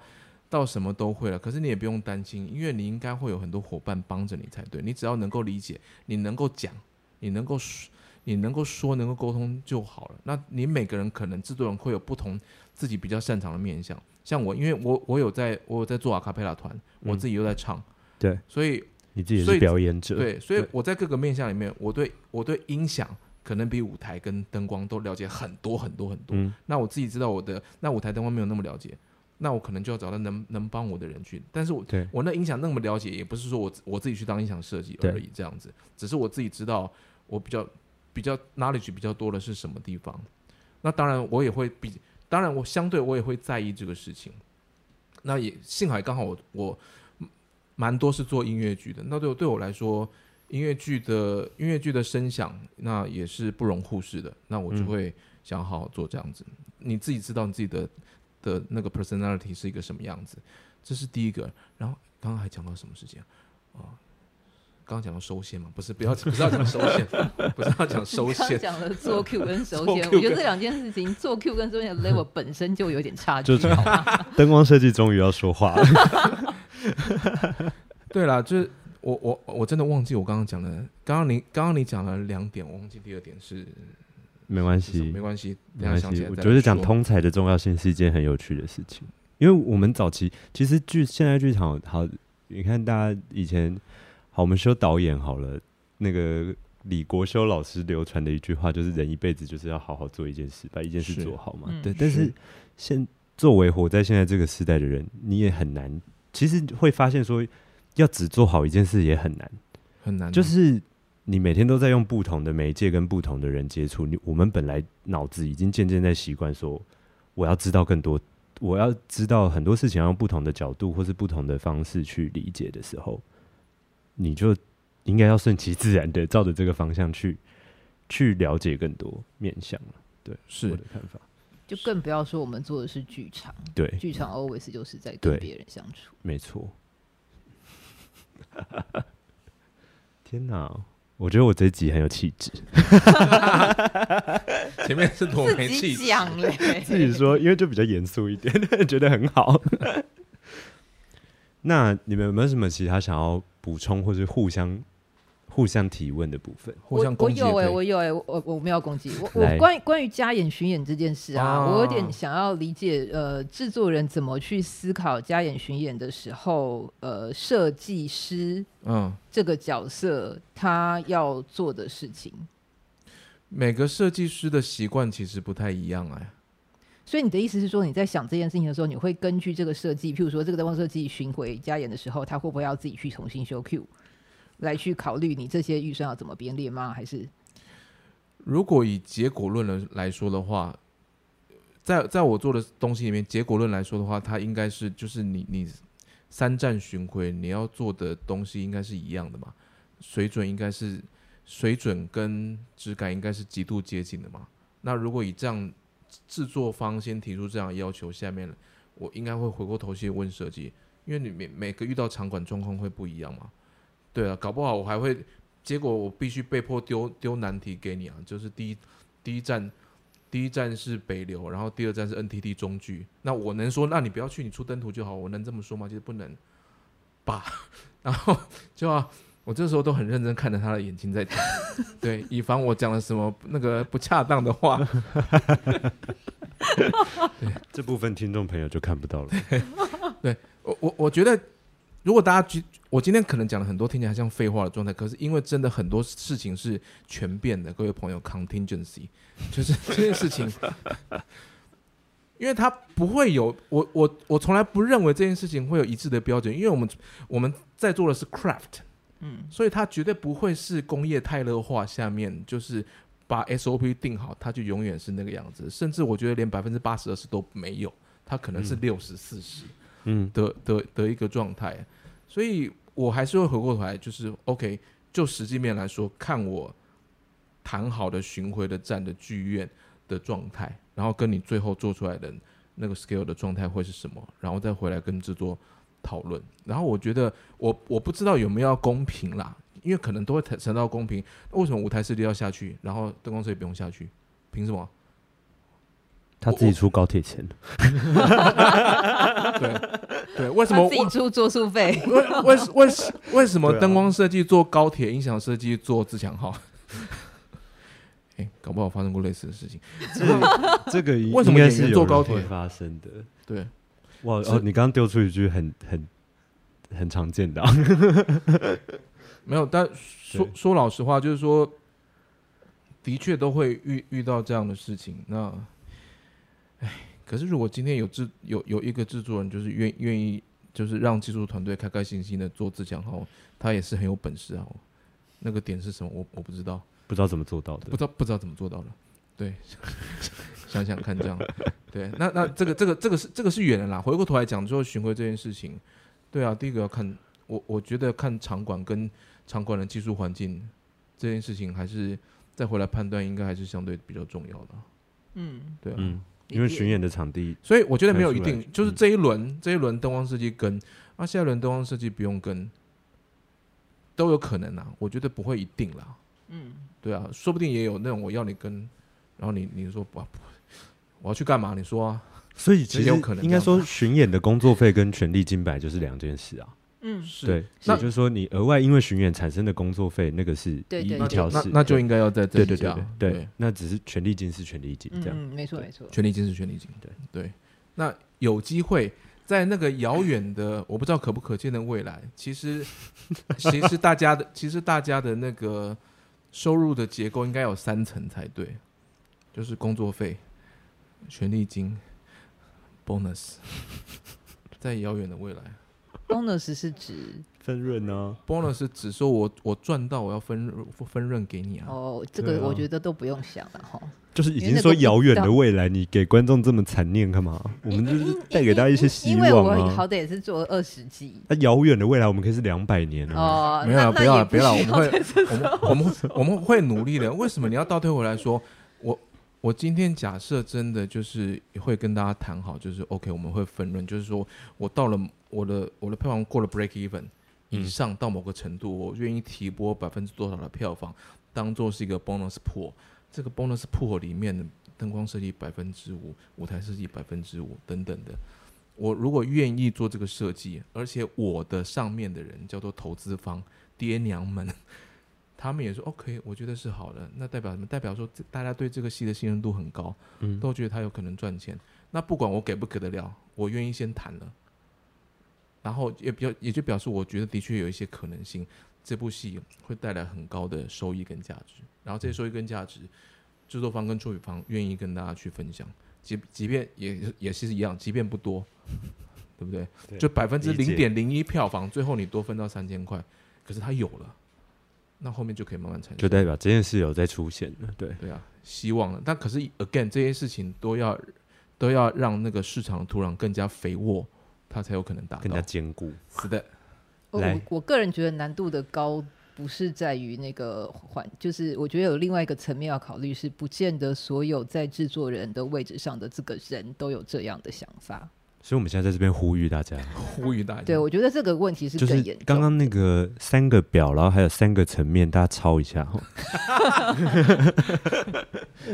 B: 到什么都会了，可是你也不用担心，因为你应该会有很多伙伴帮着你才对。你只要能够理解，你能够讲，你能够说，你能够说，能够沟通就好了。那你每个人可能制作人会有不同自己比较擅长的面向，像我，因为我我有在我有在做阿卡贝拉团，我
A: 嗯
B: 自己又在唱，
A: 对
B: 所以
A: 你自己也
B: 所以
A: 是表演者，
B: 对，所以
A: 对
B: 我在各个面向里面，我对我对音响可能比舞台跟灯光都了解很多很多很多。
A: 嗯
B: 那我自己知道我的那舞台灯光没有那么了解，那我可能就要找到能能帮我的人去。但是我
A: 对
B: 我那音响那么了解，也不是说我自我自己去当音响设计而
A: 对
B: 已，这样子，只是我自己知道我比较比较 knowledge 比较多的是什么地方。那当然我也会比，当然我相对我也会在意这个事情。那也幸好也刚好我我蛮多是做音乐剧的，那对我对我来说，音乐剧的音乐剧的声响那也是不容忽视的，那我就
A: 嗯
B: 会想好好做这样子。你自己知道你自己的的那个 personality 是一个什么样子，这是第一个。然后刚刚还讲到什么事情啊？哦，刚刚讲到收线嘛，不是不要不是要讲收线，不是要讲收
C: 刚 刚
B: 线，
C: 讲了做 Q 跟收
B: 做
C: 线，
B: Q
C: 我觉
B: 跟
C: 得这两件事情，做 Q 跟收线的 level 本身就有点差 距
A: 就，是 灯光设计终于要说话了。
B: 对啦，就是我我我真的忘记我刚刚讲的，刚刚你刚刚你讲了两点，我忘记第二点是
A: 没关
B: 是什么，
A: 系
B: 没，关系，
A: 没
B: 等一
A: 关
B: 下想起
A: 系
B: 来。
A: 我
B: 再
A: 觉得讲
B: 说，
A: 通才的重要性是一件很有趣的事情，因为我们早期其实剧现在剧场好，你看大家以前好，我们说导演好了，那个李国修老师流传的一句话就是人一辈子就是要好好做一件事，把一件事
B: 是
A: 做好嘛。
C: 嗯
A: 对，但是
B: 是
A: 现作为活在现在这个时代的人，你也很难，其实会发现说要只做好一件事也很难。
B: 很难啊，
A: 就是你每天都在用不同的媒介跟不同的人接触，你我们本来脑子已经渐渐在习惯说，我要知道更多，我要知道很多事情，要用不同的角度或是不同的方式去理解的时候，你就应该要顺其自然的照着这个方向去去了解更多面向了我
B: 是
A: 的看法，
C: 就更不要说我们做的是剧场，
B: 哎
A: 对，
C: 剧场 always 就是在
A: 对
C: 跟别人相处。
A: 没错。 天哪，我觉得我这一集很有气质。
B: 前面是多没
C: 自
B: 气
C: 己
B: 质，
C: 讲嘞，
A: 自己说， 因为就比较严肃一点，觉得很好。 那你们有没有什么其他想要补充或是互相互相提问的部分？
B: 互
C: 我
B: 相
C: 我
B: 攻击也
C: 有
B: 可
C: 哎、
B: 以。
C: 我有哎、我我我没有攻击我。
A: 来
C: 我关于关于加演巡演这件事啊，
B: 啊
C: 我有点想要理解呃，制作人怎么去思考加演巡演的时候，呃，设计师
B: 嗯，
C: 这个角色他要做的事情。
B: 每个设计师的习惯其实不太一样哎。
C: 所以你的意思是说，你在想这件事情的时候，你会根据这个设计，譬如说这个灯光设计巡回加演的时候，他会不会要自己去重新修 Q，来去考虑你这些预算要怎么编列吗？还是
B: 如果以结果论来来说的话，在在我做的东西里面，结果论来说的话，它应该是就是你你三战巡回你要做的东西应该是一样的嘛，水准应该是水准跟质感应该是极度接近的嘛。那如果以这样制作方先提出这样的要求，下面我应该会回过头去问设计，因为你每每个遇到场馆状况会不一样嘛。对啊，搞不好我还会结果我必须被迫丢丢难题给你啊，就是第一第一站，第一站是北流，然后第二站是 NTT 中距。那我能说，那你不要去，你出登图就好，我能这么说吗？其实不能吧。 然后就要、我这时候都很认真看着他的眼睛在讲，对，以防我讲了什么那个不恰当的话。
A: 这部分听众朋友就看不到了。
B: 我我我觉得，如果大家觉，我今天可能讲了很多听起来像废话的状态，可是因为真的很多事情是全变的，各位朋友，contingency 就是这件事情，因为它不会有我我我从来不认为这件事情会有一致的标准，因为我们我们在做的是 craft，
C: 嗯，
B: 所以它绝对不会是工业泰勒化下面就是。把 SOP 定好，它就永远是那个样子，甚至我觉得连百分之八十、二十都没有，它可能是
A: 嗯
B: 六十、四十。
A: 嗯，
B: 的的的一个状态，所以我还是会回过头来，就是 OK，就实际面来说，看我谈好的巡回的站的剧院的状态，然后跟你最后做出来的那个 scale 的状态会是什么，然后再回来跟制作讨论。然后我觉得我我不知道有没有要公平啦，因为可能都会谈谈到公平，那为什么舞台设计要下去，然后灯光设计不用下去？凭什么？
A: 他自己出高铁钱，
B: 对对，为什么
C: 他
B: 我
C: 自己出住宿费？
B: 为为为为什么
A: 对啊
B: 灯光设计做高铁，音响设计做自强号？ 哎、搞不好发生过类似的事情。
A: 这个这个
B: 为什
A: 应
B: 么
A: 该
B: 演员
A: 是有
B: 坐
A: 人
B: 高铁
A: 会发生的？
B: 对，
A: 哇
B: 是
A: 哦，你刚刚丢出一句很很很常见的啊、
B: 没有，但说
A: 对
B: 说老实话，就是说，的确都会遇遇到这样的事情。那，哎，可是如果今天有制有有一个制作人，就是愿愿意，就是让技术团队开开心心的做自强号，他也是很有本事啊。那个点是什么？我我不知道。
A: 不知道怎么做到的
B: 不。知道不知道怎么做到的。对， 想想看这样，对，那那这个这个这个是这个是远了啦。回过头来讲，之后巡回这件事情，对啊，第一个要看我我觉得看场馆跟场馆的技术环境这件事情，还是再回来判断，应该还是相对比较重要的。
C: 嗯，
B: 对啊，
A: 嗯，因为巡演的场地
B: 所以我觉得没有一
A: 看出
B: 定
A: 来，
B: 就是
A: 嗯
B: 这一轮、这一轮灯光设计跟啊下一轮灯光设计不用跟，都有可能啊。我觉得不会一定啦。
C: 嗯，
B: 对啊，说不定也有那种我要你跟，然后你你说不不，我要去干嘛？你说啊，
A: 所以其
B: 也
A: 实
B: 有可能
A: 应该说，巡演的工作费跟权利金牌就是两件事啊。
C: 嗯，
B: 是
A: 对，
B: 那
A: 也就是说，你额外因为巡演产生的工作费，那个是
C: 对
A: 一
C: 对
A: 一
C: 对
A: 条
B: 那
A: 是，
B: 那就应该要在
A: 对
B: 这
A: 对对
B: 对
A: 对对，那只是权利金是权利金
C: 嗯
A: 这样。
C: 嗯，没错
A: 对
C: 没错，
B: 权利金是权利金，
A: 对
B: 对。那有机会在那个遥远的 我不知道可不可见的未来，其实 其实大家的其实大家的那个收入的结构应该有三层才对，就是工作费、权利金、bonus，在遥远的未来，
C: bonus 是指
A: 分润呢、
B: bonus 只说我我赚到，我要分分润给你啊。
C: 哦，这
A: 对
C: 个
A: 啊
C: 我觉得都不用想了哈。
A: 就是已
C: 因为
A: 经
C: 那
A: 说
C: 个不
A: 遥远
C: 知
A: 的
C: 道
A: 未来，你给观众这么残念干嘛？我们就是带给大家一些希
C: 因为
A: 望
C: 我好
A: 啊。
C: 歹也是做了二十集
A: 那遥远的未来，我们可以是两百年啊。
C: 哦，
B: 没有啦，
C: 那
B: 不要
C: 那也
B: 了，不要了，我
C: 需
B: 们会
C: 在这，
B: 我们我们会我们会努力的。为什么你要倒退回来说？我我今天假设真的就是会跟大家谈好，就是 OK，我们会分润，就是说我到了我的我的票房过了 break even 以上到某个程度，我愿意提拨百分之多少的票房，当做是一个 bonus pool。这个 bonus pool 里面的灯光设计百分之五，舞台设计百分之五等等的。我如果愿意做这个设计，而且我的上面的人叫做投资方爹娘们，他们也说 OK，我觉得是好的。那代表什么？代表说这大家对这个戏的信任度很高，
A: 嗯
B: 都觉得他有可能赚钱。那不管我给不给得了，我愿意先谈了。然后也表也就表示，我觉得的确有一些可能性，这部戏会带来很高的收益跟价值。然后这些收益跟价值，制作方跟出品方愿意跟大家去分享，即即便也也是一样，即便不多，对不对？
A: 对
B: 就百分之
A: 理
B: 零
A: 解
B: 点零一票房，最后你多分到三千块，可是它有了，那后面就可以慢慢产
A: 就
B: 生。
A: 代表这件事有在出现了，对，
B: 对啊，希望了。但可是 again 这些事情都要都要让那个市场的土壤更加肥沃，它才有可能达
A: 更加
B: 到。
A: 坚固。
B: 是的，
C: 我
A: 来
C: 我我个人觉得难度的高不是在于那个环，就是我觉得有另外一个层面要考虑，是不见得所有在制作人的位置上的这个人都有这样的想法。
A: 所以我们现在在这边呼吁大家，
B: 呼吁大家。
C: 对，我觉得这个问题是
A: 嗯就
C: 更
A: 是
C: 严重。
A: 刚刚那个三个表，然后还有三个层面，大家抄一下哈，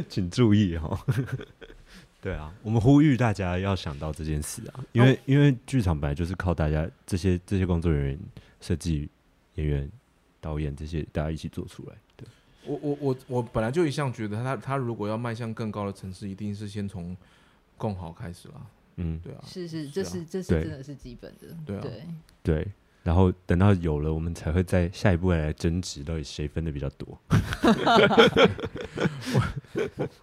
A: 请注意哈。 对啊，我们呼吁大家要想到这件事啊，因
C: 哦
A: 为、因为剧场本来就是靠大家这些这些工作人员、设计演员、导演这些大家一起做出来。对，
B: 我我我我本来就一向觉得他他如果要迈向更高的层次，一定是先从共好开始啦。
A: 嗯，
B: 对啊，
C: 是是，
B: 是
C: 这
B: 啊
C: 是这是
A: 对
C: 真的是基本的，
B: 对啊
A: 对。然后等到有了，我们才会在下一步来争执，到底谁分的比较多。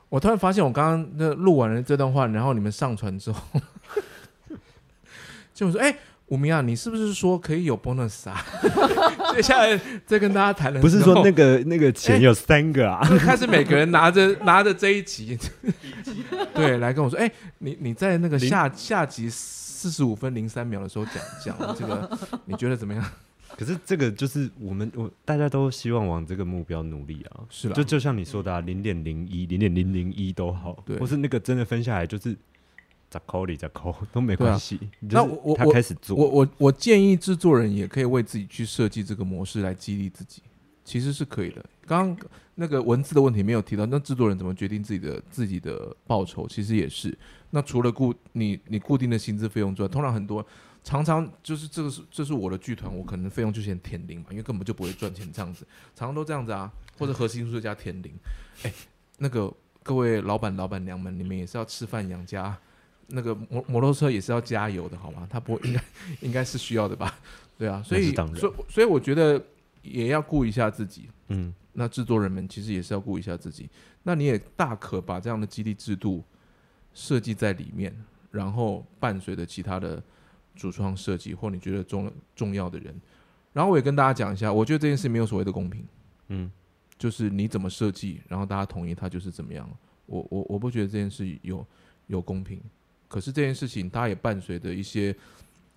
B: 我突然发现，我刚刚那录完了这段话，然后你们上传之后， 就我说：“哎、武明啊，你是不是说可以有 bonus 啊？” 接下来再跟大家谈了之
A: 不
B: 后，
A: 是说那个那个钱
B: 哎
A: 有三个啊，
B: 就开始每个人拿着 拿着这一集， 对，来跟我说：“哎、你你在那个
A: 零
B: 下下集四十五分零三秒的时候讲讲这个，你觉得怎么样
A: 可是这个就是我们我大家都希望往这个目标努力啊？”，
B: 是啦，
A: 就就像你说的、啊，零点零一、零点零零一都好，
B: 对
A: 或是那个真的分下来就是咋扣里咋扣都没
B: 对啊
A: 关系。你
B: 那
A: 就是
B: 我我
A: 他
B: 我
A: 开始做，
B: 我我我建议制作人也可以为自己去设计这个模式来激励自己，其实是可以的。刚刚那个文字的问题没有提到，那制作人怎么决定自己的自己的报酬？其实也是，那除了固你你固定的薪资费用之外，通常很多常常就是这个是这是我的剧团，我可能费用就先填零嘛，因为根本就不会赚钱这样子，常常都这样子啊，或者核心数加填零。哎，那个各位老板老板娘们，你们也是要吃饭养家。那个摩摩托车也是要加油的，好吗？它不会应该应该是需要的吧？ 对啊，所
A: 那
B: 以
A: 是当然
B: 所以所以我觉得也要顾一下自己，
A: 嗯，
B: 那制作人们其实也是要顾一下自己。那你也大可把这样的激励制度设计在里面，然后伴随着其他的主创设计或你觉得重重要的人。然后我也跟大家讲一下，我觉得这件事没有所谓的公平，
A: 嗯，
B: 就是你怎么设计，然后大家同意它就是怎么样。我我我不觉得这件事有有公平，可是这件事情它也伴随着一些，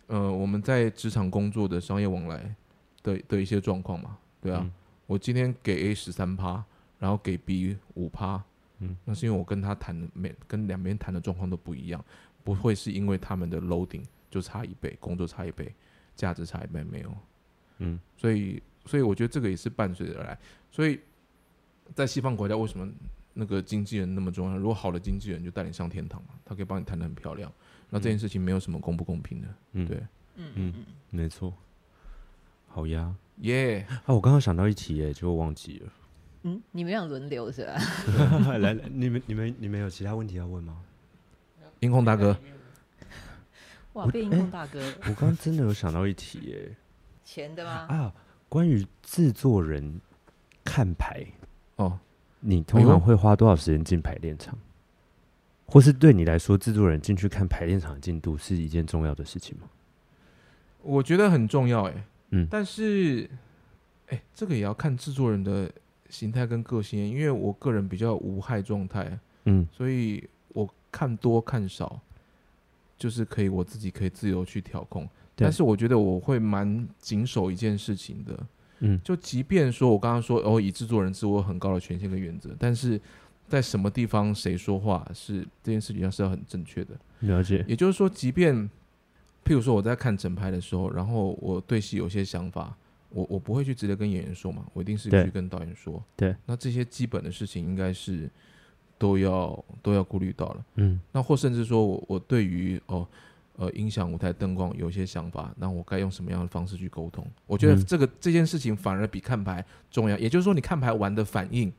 B: 呃，我们在职场工作的商业往来的的一些状况嘛，对啊，
A: 嗯
B: 我今天给 A 十三趴，然后给 B 五趴，
A: 嗯，
B: 那是因为我跟他谈的每跟两边谈的状况都不一样，不会是因为他们的 loading 就差一倍，工作差一倍，价值差一倍没有，
A: 嗯，
B: 所以所以我觉得这个也是伴随着来，所以在西方国家为什么那个经纪人那么重要？如果好的经纪人就带你上天堂嘛，他可以帮你谈的很漂亮，那这件事情没有什么公不公平的，
A: 嗯
B: 对，
C: 嗯
A: 嗯
C: 嗯嗯，
A: 没错。好呀，
B: 耶、
A: 啊，我刚刚想到一题耶，结果忘记了。
C: 嗯，你们俩轮流是吧？
A: 来，来你们你们你们有其他问题要问吗？
B: 音控大哥，
C: 哇，被音
B: 哎
C: 控大哥
A: 我刚刚真的有想到一题耶
C: 钱的吗？
A: 啊，关于制作人看牌，
B: 哦，
A: 你通
B: 哎呦
A: 常会花多少时间进排练场？或是对你来说，制作人进去看排练场的进度是一件重要的事情吗？
B: 我觉得很重要哎、
A: 嗯
B: 但是哎、这个也要看制作人的形态跟个性，欸因为我个人比较无害状态，
A: 嗯
B: 所以我看多看少，就是可以我自己可以自由去调控。
A: 对
B: 但是我觉得我会蛮谨守一件事情的，
A: 嗯
B: 就即便说我刚刚说哦，以制作人自我有很高的权限跟原则，但是在什么地方谁说话是这件事情上是要很正确的。
A: 了解，
B: 也就是说，即便譬如说我在看整排的时候，然后我对戏有些想法，我我不会去直接跟演员说嘛，我一定是
A: 对
B: 去跟导演说。
A: 对，
B: 那这些基本的事情应该是都要都要顾虑到了。
A: 嗯
B: 那或甚至说我我对于哦呃音响、舞台、灯光有一些想法，那我该用什么样的方式去沟通？我觉得
A: 嗯
B: 这个、这件事情反而比看牌重要。也就是说，你看牌玩的反应，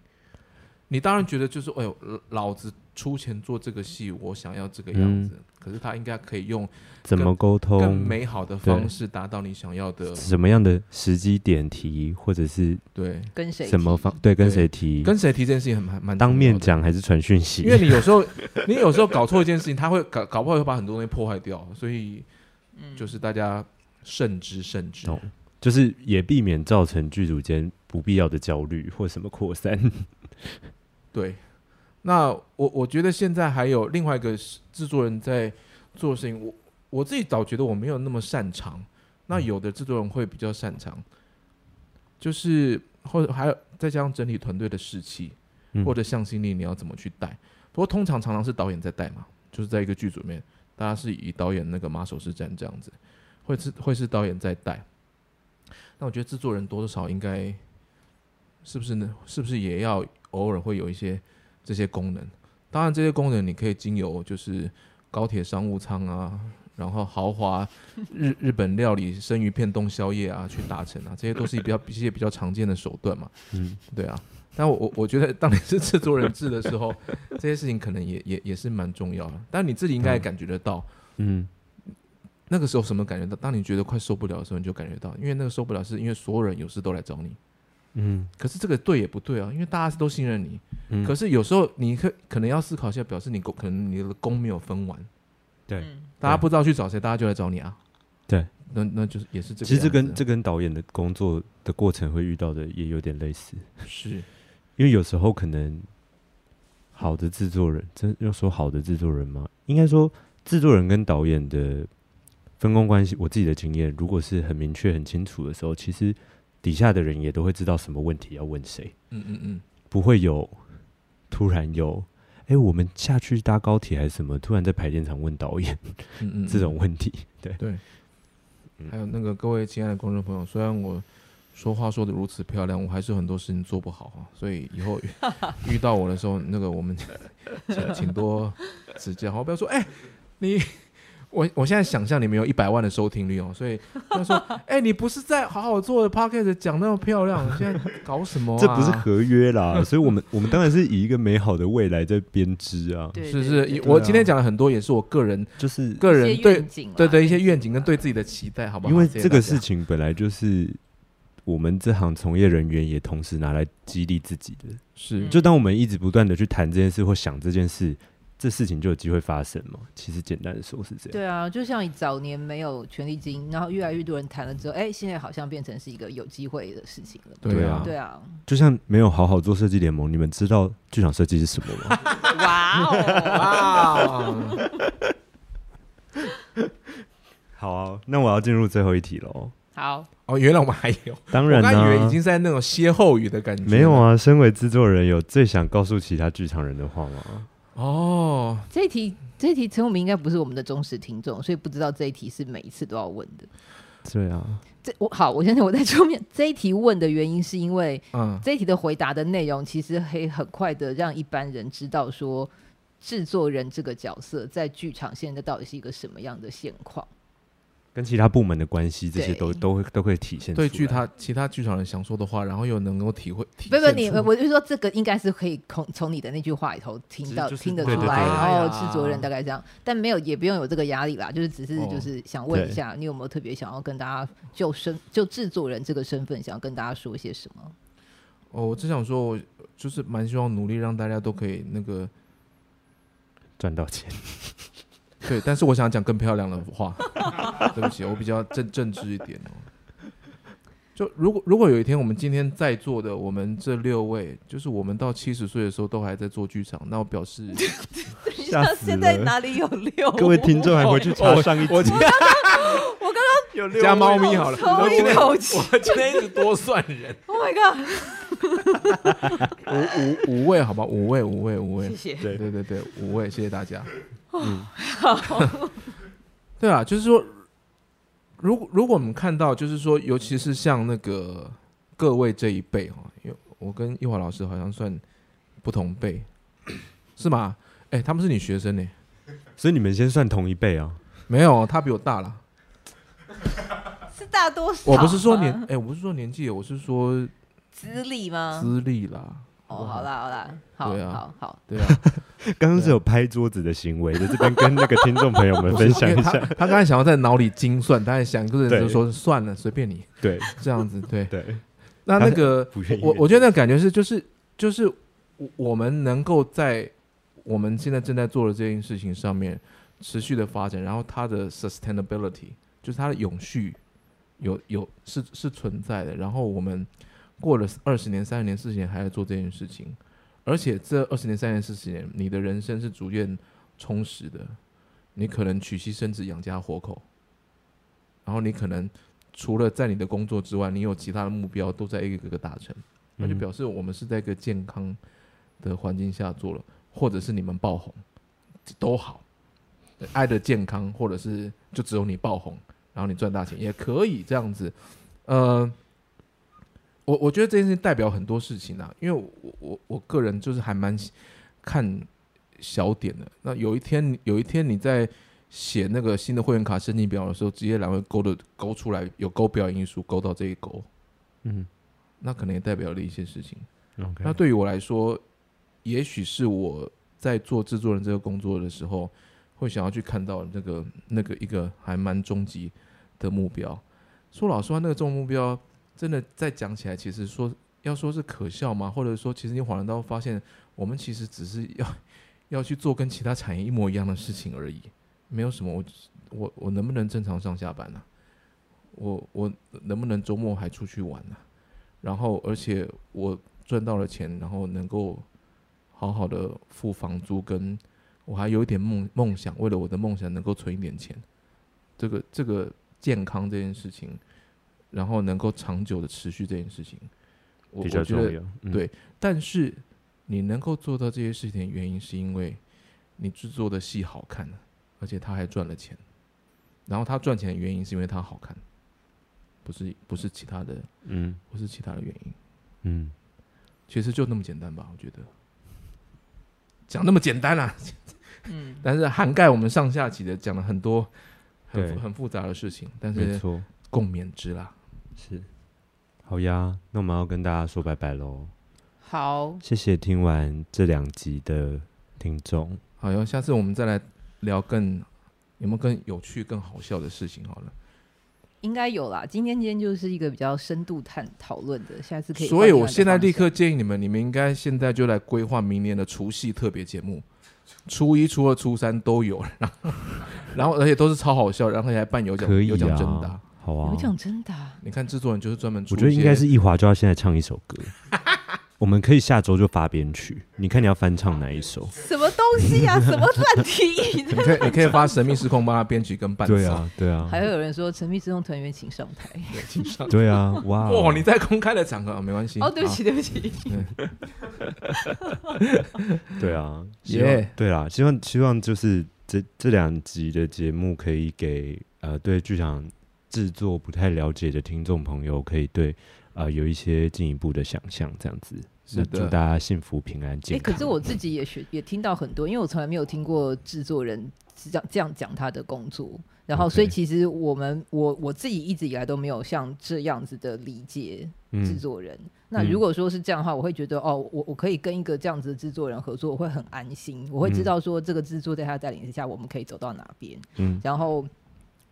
B: 你当然觉得就是哎呦，老子出钱做这个戏，我想要这个样
A: 嗯
B: 子。可是他应该可以用
A: 怎么沟
B: 更
A: 通？
B: 美好的方式达到你想要的，
A: 什么样的时机点提，或者是
B: 对。
C: 跟谁
A: 什么
C: 提
A: 方对跟
B: 对
A: 谁提？
B: 跟谁提这件事情很蛮蛮重要
A: 当
B: 的
A: 面，讲还是传讯息？
B: 因为你有时候 你有时候搞错一件事情，他会搞搞不好会把很多东西破坏掉，所以就是大家慎之慎之。
A: 懂 就是也避免造成剧组间不必要的焦虑或什么扩散。
B: 对，那我我觉得现在还有另外一个是制作人在做事情，我我自己倒觉得我没有那么擅长，那有的制作人会比较擅长，就是或者还有再加上整体团队的士气
A: 嗯
B: 或者向心力，你要怎么去带？不过通常常常是导演在带嘛，就是在一个剧组里面，大家是以导演那个马首是瞻这样子，会是会是导演在带。那我觉得制作人多多少少应该，是不是呢？是不是也要偶尔会有一些这些功能？当然，这些功能你可以经由就是高铁商务舱啊，然后豪华日 日本料理生鱼片冻宵夜啊去达成啊，这些都是比较 一些比较常见的手段嘛。
A: 嗯，
B: 对啊。但我我我觉得，当你是制作人制的时候， 这些事情可能也也也是蛮重要的。但你自己应该也感觉得到，
A: 嗯，
B: 那个时候什么感觉到？当你觉得快受不了的时候，你就感觉到，因为那个受不了是因为所有人有事都来找你。
A: 嗯，
B: 可是这个对也不对啊，因为大家都信任你。
A: 嗯
B: 可是有时候你可可能要思考一下，表示你工可能你的工没有分完，
C: 嗯
A: 对。
B: 大家不知道去找谁，大家就来找你啊。
A: 对，
B: 那那就是也是这个样子啊。
A: 其实这跟这跟导演的工作的过程会遇到的也有点类似，
B: 是
A: 因为有时候可能好的制作人，真要说好的制作人吗？应该说制作人跟导演的分工关系，我自己的经验，如果是很明确、很清楚的时候，其实底下的人也都会知道什么问题要问谁，
B: 嗯嗯嗯，
A: 不会有突然有。哎、我们下去搭高铁还是什么？突然在排练场问导演
B: 嗯嗯，
A: 这种问题，
B: 对。
C: 嗯
B: 还有那个各位亲爱的观众朋友，虽然我说话说的如此漂亮，我还是有很多事情做不好啊，所以以 后遇到我的时候，那个我们请请多指教，好不要说哎、你。我我现在想象你们有一百万的收听率哦，所以他说：“ 哎、你不是在好好做的 podcast 讲那么漂亮，现在搞什么、啊？
A: 这不是合约 啦，所以我们我们当然是以一个美好的未来在编织啊，
C: 对
B: 是
C: 对
B: 是，
C: 对
B: 以
C: 对
B: 我今天讲了很多，也是我个人
A: 就是
B: 个
C: 一
B: 人
C: 些
B: 对
C: 愿景
B: 对
C: 啦
B: 对一些愿景跟对自己的期待，好不好？
A: 因为
B: 谢谢
A: 这个
B: 大家
A: 事情本来就是我们这行从业人员也同时拿来激励自己的。
B: 是
C: 嗯
A: 就当我们一直不断的去谈这件事或想这件事，这事情就有机会发生嘛。其实简单的说是这样。
C: 对啊，就像你早年没有权利金，然后越来越多人谈了之后，哎，现在好像变成是一个有机会的事情了。
B: 对
A: 啊
B: 啊，
C: 对啊，
A: 就像没有好好做设计联盟，你们知道剧场设计是什么 吗？
C: 哇哦，
B: 啊。
A: 好啊，那我要进入最后一题喽。
C: 好，
B: 哦，原来我们还有，
A: 当
B: 我
A: 然
B: 刚
A: 呢、
B: 以为已经在那种歇后语的感觉，
A: 没有。啊。身为制作人，有最想告诉其他剧场人的话吗？
B: 哦，
C: 这一题这一题陈武明应该不是我们的忠实听众，所以不知道这一题是每一次都要问的。
A: 对啊，
C: 这我好，我相信我在桌面这一题问的原因是因为
B: 嗯，
C: 这一题的回答的内容，其实可以很快的让一般人知道说，制作人这个角色在剧场现在到底是一个什么样的现况。
A: 跟其他部门的关系，这些
C: 对
A: 都都会都会体现出来。
B: 对，据他其他剧场人想说的话，然后又能够体会，体
C: 不
B: 现
C: 不，你
B: 出
C: 我就说这个应该是可以从从你的那句话里头听到、
B: 就是
C: 听得出
A: 对对
C: 来，
A: 对
C: 然
B: 哎
C: 后
B: 呀
C: 制作人大概这样，但没有也不用有这个压力啦，就是只是
B: 哦
C: 就是想问一
A: 对
C: 下，你有没有特别想要跟大家就身就制作人这个身份想要跟大家说些什么？
B: 哦，我只想说，我就是蛮希望努力让大家都可以那个
A: 赚到钱。
B: 对，但是我想讲更漂亮的话，对不起，我比较正正直一点哦。就如果如果有一天我们今天在座的我们这六位，就是我们到七十岁的时候都还在做剧场，那我表示
A: 吓死了
D: 现在哪里有六？
A: 各位听众还回去查上一集，
D: 我刚
A: 有
B: 加猫咪好了，
D: 刚抽一口气
B: 我今天一直多算人，
D: ，Oh my god！
B: 五五五位好吧，五位五位五位
D: 谢，谢。
A: 对
B: 对对对，五位，谢谢大家。对啊，就是说，如果如果我们看到，就是说，尤其是像那个各位这一辈哈，因为我跟一华老师好像算不同辈， 是吗？哎、他们是你学生呢、
A: 所以你们先算同一辈啊。
B: 没有，他比我大了。
D: 是大多数。
B: 我不是 说年，
D: 啊
B: 哎、我不是说年纪，我是说
D: 资历吗？
B: 资历啦。
D: 哦，好啦好啦，好
B: 对啊
D: 好好，
B: 对啊，
A: 刚刚是有拍桌子的行为的，这边跟那个听众朋友们 分享
B: 因
A: 一
B: 为他
A: 下。
B: 他刚才想要在脑里精算，但是想个人就
A: 对
B: 说算了，随便你
A: 对
B: 这样子。对，
A: 对，
B: 那那个
A: 不愿意。
B: 我我觉得那感觉是就是就是我我们能够在我们现在正在做的这件事情上面持续的发展，然后它的 sustainability 就是它的永续有有是是存在的，然后我们过了二十年、三十年、四十年还在做这件事情，而且这二十年、三十年、四十年，你的人生是逐渐充实的，你可能娶妻生子、养家活口，然后你可能除了在你的工作之外，你有其他的目标都在一个个达成，那就表示我们是在一个健康的环境下做了，或者是你们爆红都好，对爱的健康，或者是就只有你爆红，然后你赚大钱也可以这样子，呃。我我觉得这件事情代表很多事情啊，因为我我我个人就是还蛮喜看小点的。那有一天，有一天你在写那个新的会员卡申请表的时候，职业栏会勾的勾出来，有勾表演艺术勾到这一勾，
A: 嗯
B: 那可能也代表了一些事情。
A: ，OK，
B: 那对于我来说，也许是我在做制作人这个工作的时候，会想要去看到那个那个一个还蛮终极的目标。说老实话，那个这种目标真的再讲起来，其实说要说是可笑吗？或者说，其实你恍然大悟发现，我们其实只是要 要去做跟其他产业一模一样的事情而已，没有什么。我我我能不能正常上下班呢、我我能不能周末还出去玩呢、然后，而且我赚到了钱，然后能够好好的付房租，跟我还有一点梦梦想，为了我的梦想能够存一点钱，这个这个健康这件事情，然后能够长久的持续这件事情，我
A: 比较
B: 我觉
A: 重
B: 得
A: 要。嗯
B: 对但是你能够做到这些事情的原因，是因为你制作的戏好看，而且他还赚了钱。然后他赚钱的原因是因为他好看，不是不是其他的，
A: 嗯
B: 不是其他的原因。
A: 嗯，
B: 其实就那么简单吧，我觉得。讲那么简单啦、啊
D: 嗯，
B: 但是涵盖我们上下级的讲了很多很
A: 对
B: 复很复杂的事情，但
A: 没
B: 是
A: 错，
B: 共勉之啦。
A: 是。好呀，那我们要跟大家说拜拜喽。
D: 好，
A: 谢谢听完这两集的听众，
B: 好哟，下次我们再来聊更有没有更有趣、更好笑的事情好了。
C: 应该有啦。今天今天就是一个比较深度探讨论的，下次可以换另
B: 所
C: 外一
B: 以
C: 个方向。
B: 我现在立刻建议你们，你们应该现在就来规划明年的除夕特别节目，初一、初二、初三都有，然后然后而且都是超好笑，然后还办有奖、
A: 可以
B: 有奖征答
A: 啊。，好啊
C: 有。讲真的啊、
B: 你看制作人就是专门出
A: 我
B: 一
A: 觉
B: 些，
A: 得应该是易华就要现在唱一首歌， 我们可以下周就发编曲，你看你要翻唱哪一 首？
D: 什么东西呀？
C: 啊
D: 什么烂提议？
B: 你可以你可以发《神秘时空》帮他编曲跟伴奏。
A: 对，啊，对啊，
C: 还会有人说《神秘之中团员请上台》
A: 对 啊，哇
B: 哇，你在公开的场合、啊没关系。
D: 哦，对不起，对不起，
A: 对啊，希望
B: Yeah
A: 对啦，希望希望就是这这两集的节目可以给呃对剧场制作不太了解的听众朋友，可以对呃有一些进一步的想象，这样子。
B: 是
A: 那
B: 的
A: 祝大家幸福平安
C: 哎、
A: 健康。
C: 可是我自己也学也听到很多，因为我从来没有听过制作人是这样这样讲他的工作。然后，所以
A: OK
C: 其实我们我我自己一直以来都没有像这样子的理解制
A: 嗯，
C: 作人。那如果说是这样的话，我会觉得哦，我我可以跟一个这样子的制作人合作，我会很安心，我会知
A: 嗯
C: 道说这个制作在他的带领之下，我们可以走到哪边。
A: 嗯
C: 然后
A: 嗯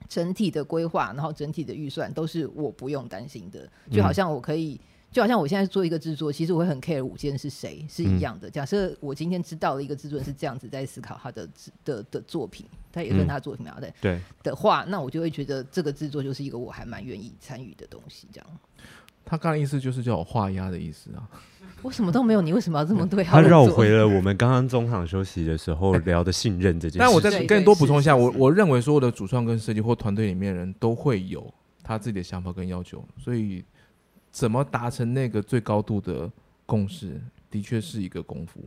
C: 整体的规划，然后整体的预算都是我不用担心的，就好像我可以。就好像我现在做一个制作，其实我会很 care 舞间是谁是
A: 嗯
C: 一样的。假设我今天知道了一个制作人是这样子在思考他的制的的作品，他也算
A: 嗯
C: 他的作品嘛，对、
A: 对，
C: 的话，那我就会觉得这个制作就是一个我还蛮愿意参与的东西。这样，
B: 他刚才意思就是叫我画押的意思啊。
C: 我什么都没有，你为什么要这么对
A: 他
C: 的
A: 绕
C: 作
A: 回
C: 品
A: 了我们刚刚中场休息的时候聊的信任这件事情。
B: 但我再
C: 对
B: 跟你
C: 对
B: 多
C: 是
B: 补充一下，
C: 是
B: 我
C: 是
B: 我认为所有的主创跟设计或团队里面的人都会有他自己的想法跟要求，所以怎么达成那个最高度的共识，的确是一个功夫。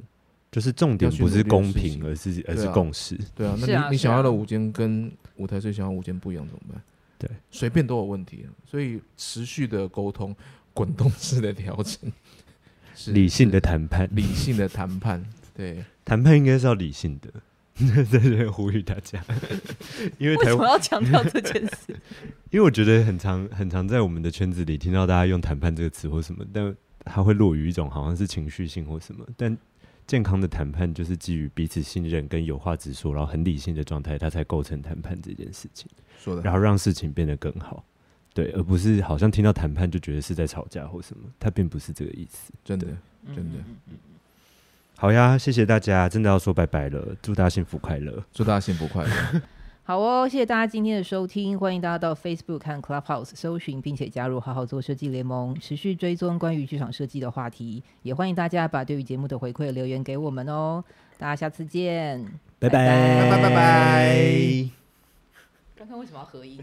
A: 就是重点不是公平，
B: 要
A: 而是而
B: 对
A: 是
B: 啊
A: 共识。
B: 对啊，那
C: 是
B: 你、
C: 啊
B: 你
C: 是
B: 想要的
C: 啊
B: 舞间跟舞台最想要的舞间不一样怎么办？
A: 对，
B: 随便都有问题，所以持续的沟通，滚动式的调整，是
A: 理性的谈判，
B: 理性的谈判，对。
A: 谈判应该是要理性的。 在这里呼吁大家， 因为
D: 为
A: 台
D: 什么
A: 湾，
D: 要强调这件 事？
A: 因为我觉得很常很常在我们的圈子里听到大家用谈判这个词或什么，但它会落于一种好像是情绪性或什么。但健康的谈判就是基于彼此信任跟有话直说，然后很理性的状态，它才构成谈判这件事情。
B: 说的
A: 然后让事情变得更好，对，而不是好像听到谈判就觉得是在吵架或什么，它并不是这个意思。
B: 真的，
C: 嗯
B: 真的
C: 嗯嗯嗯
A: 好呀，谢谢大家，真的要说拜拜了，祝大家幸福快乐，
B: 祝大家幸福快乐。
C: 好哦，谢谢大家今天的收听，欢迎大家到 Facebook 看 Clubhouse 搜寻，并且加入好好做设计联盟，持续追踪关于剧场设计的话题。也欢迎大家把对于节目的回馈留言给我们哦。大家下次见。
A: 拜拜，
C: 嗯拜拜拜
A: 拜
C: 刚刚为什么要合音？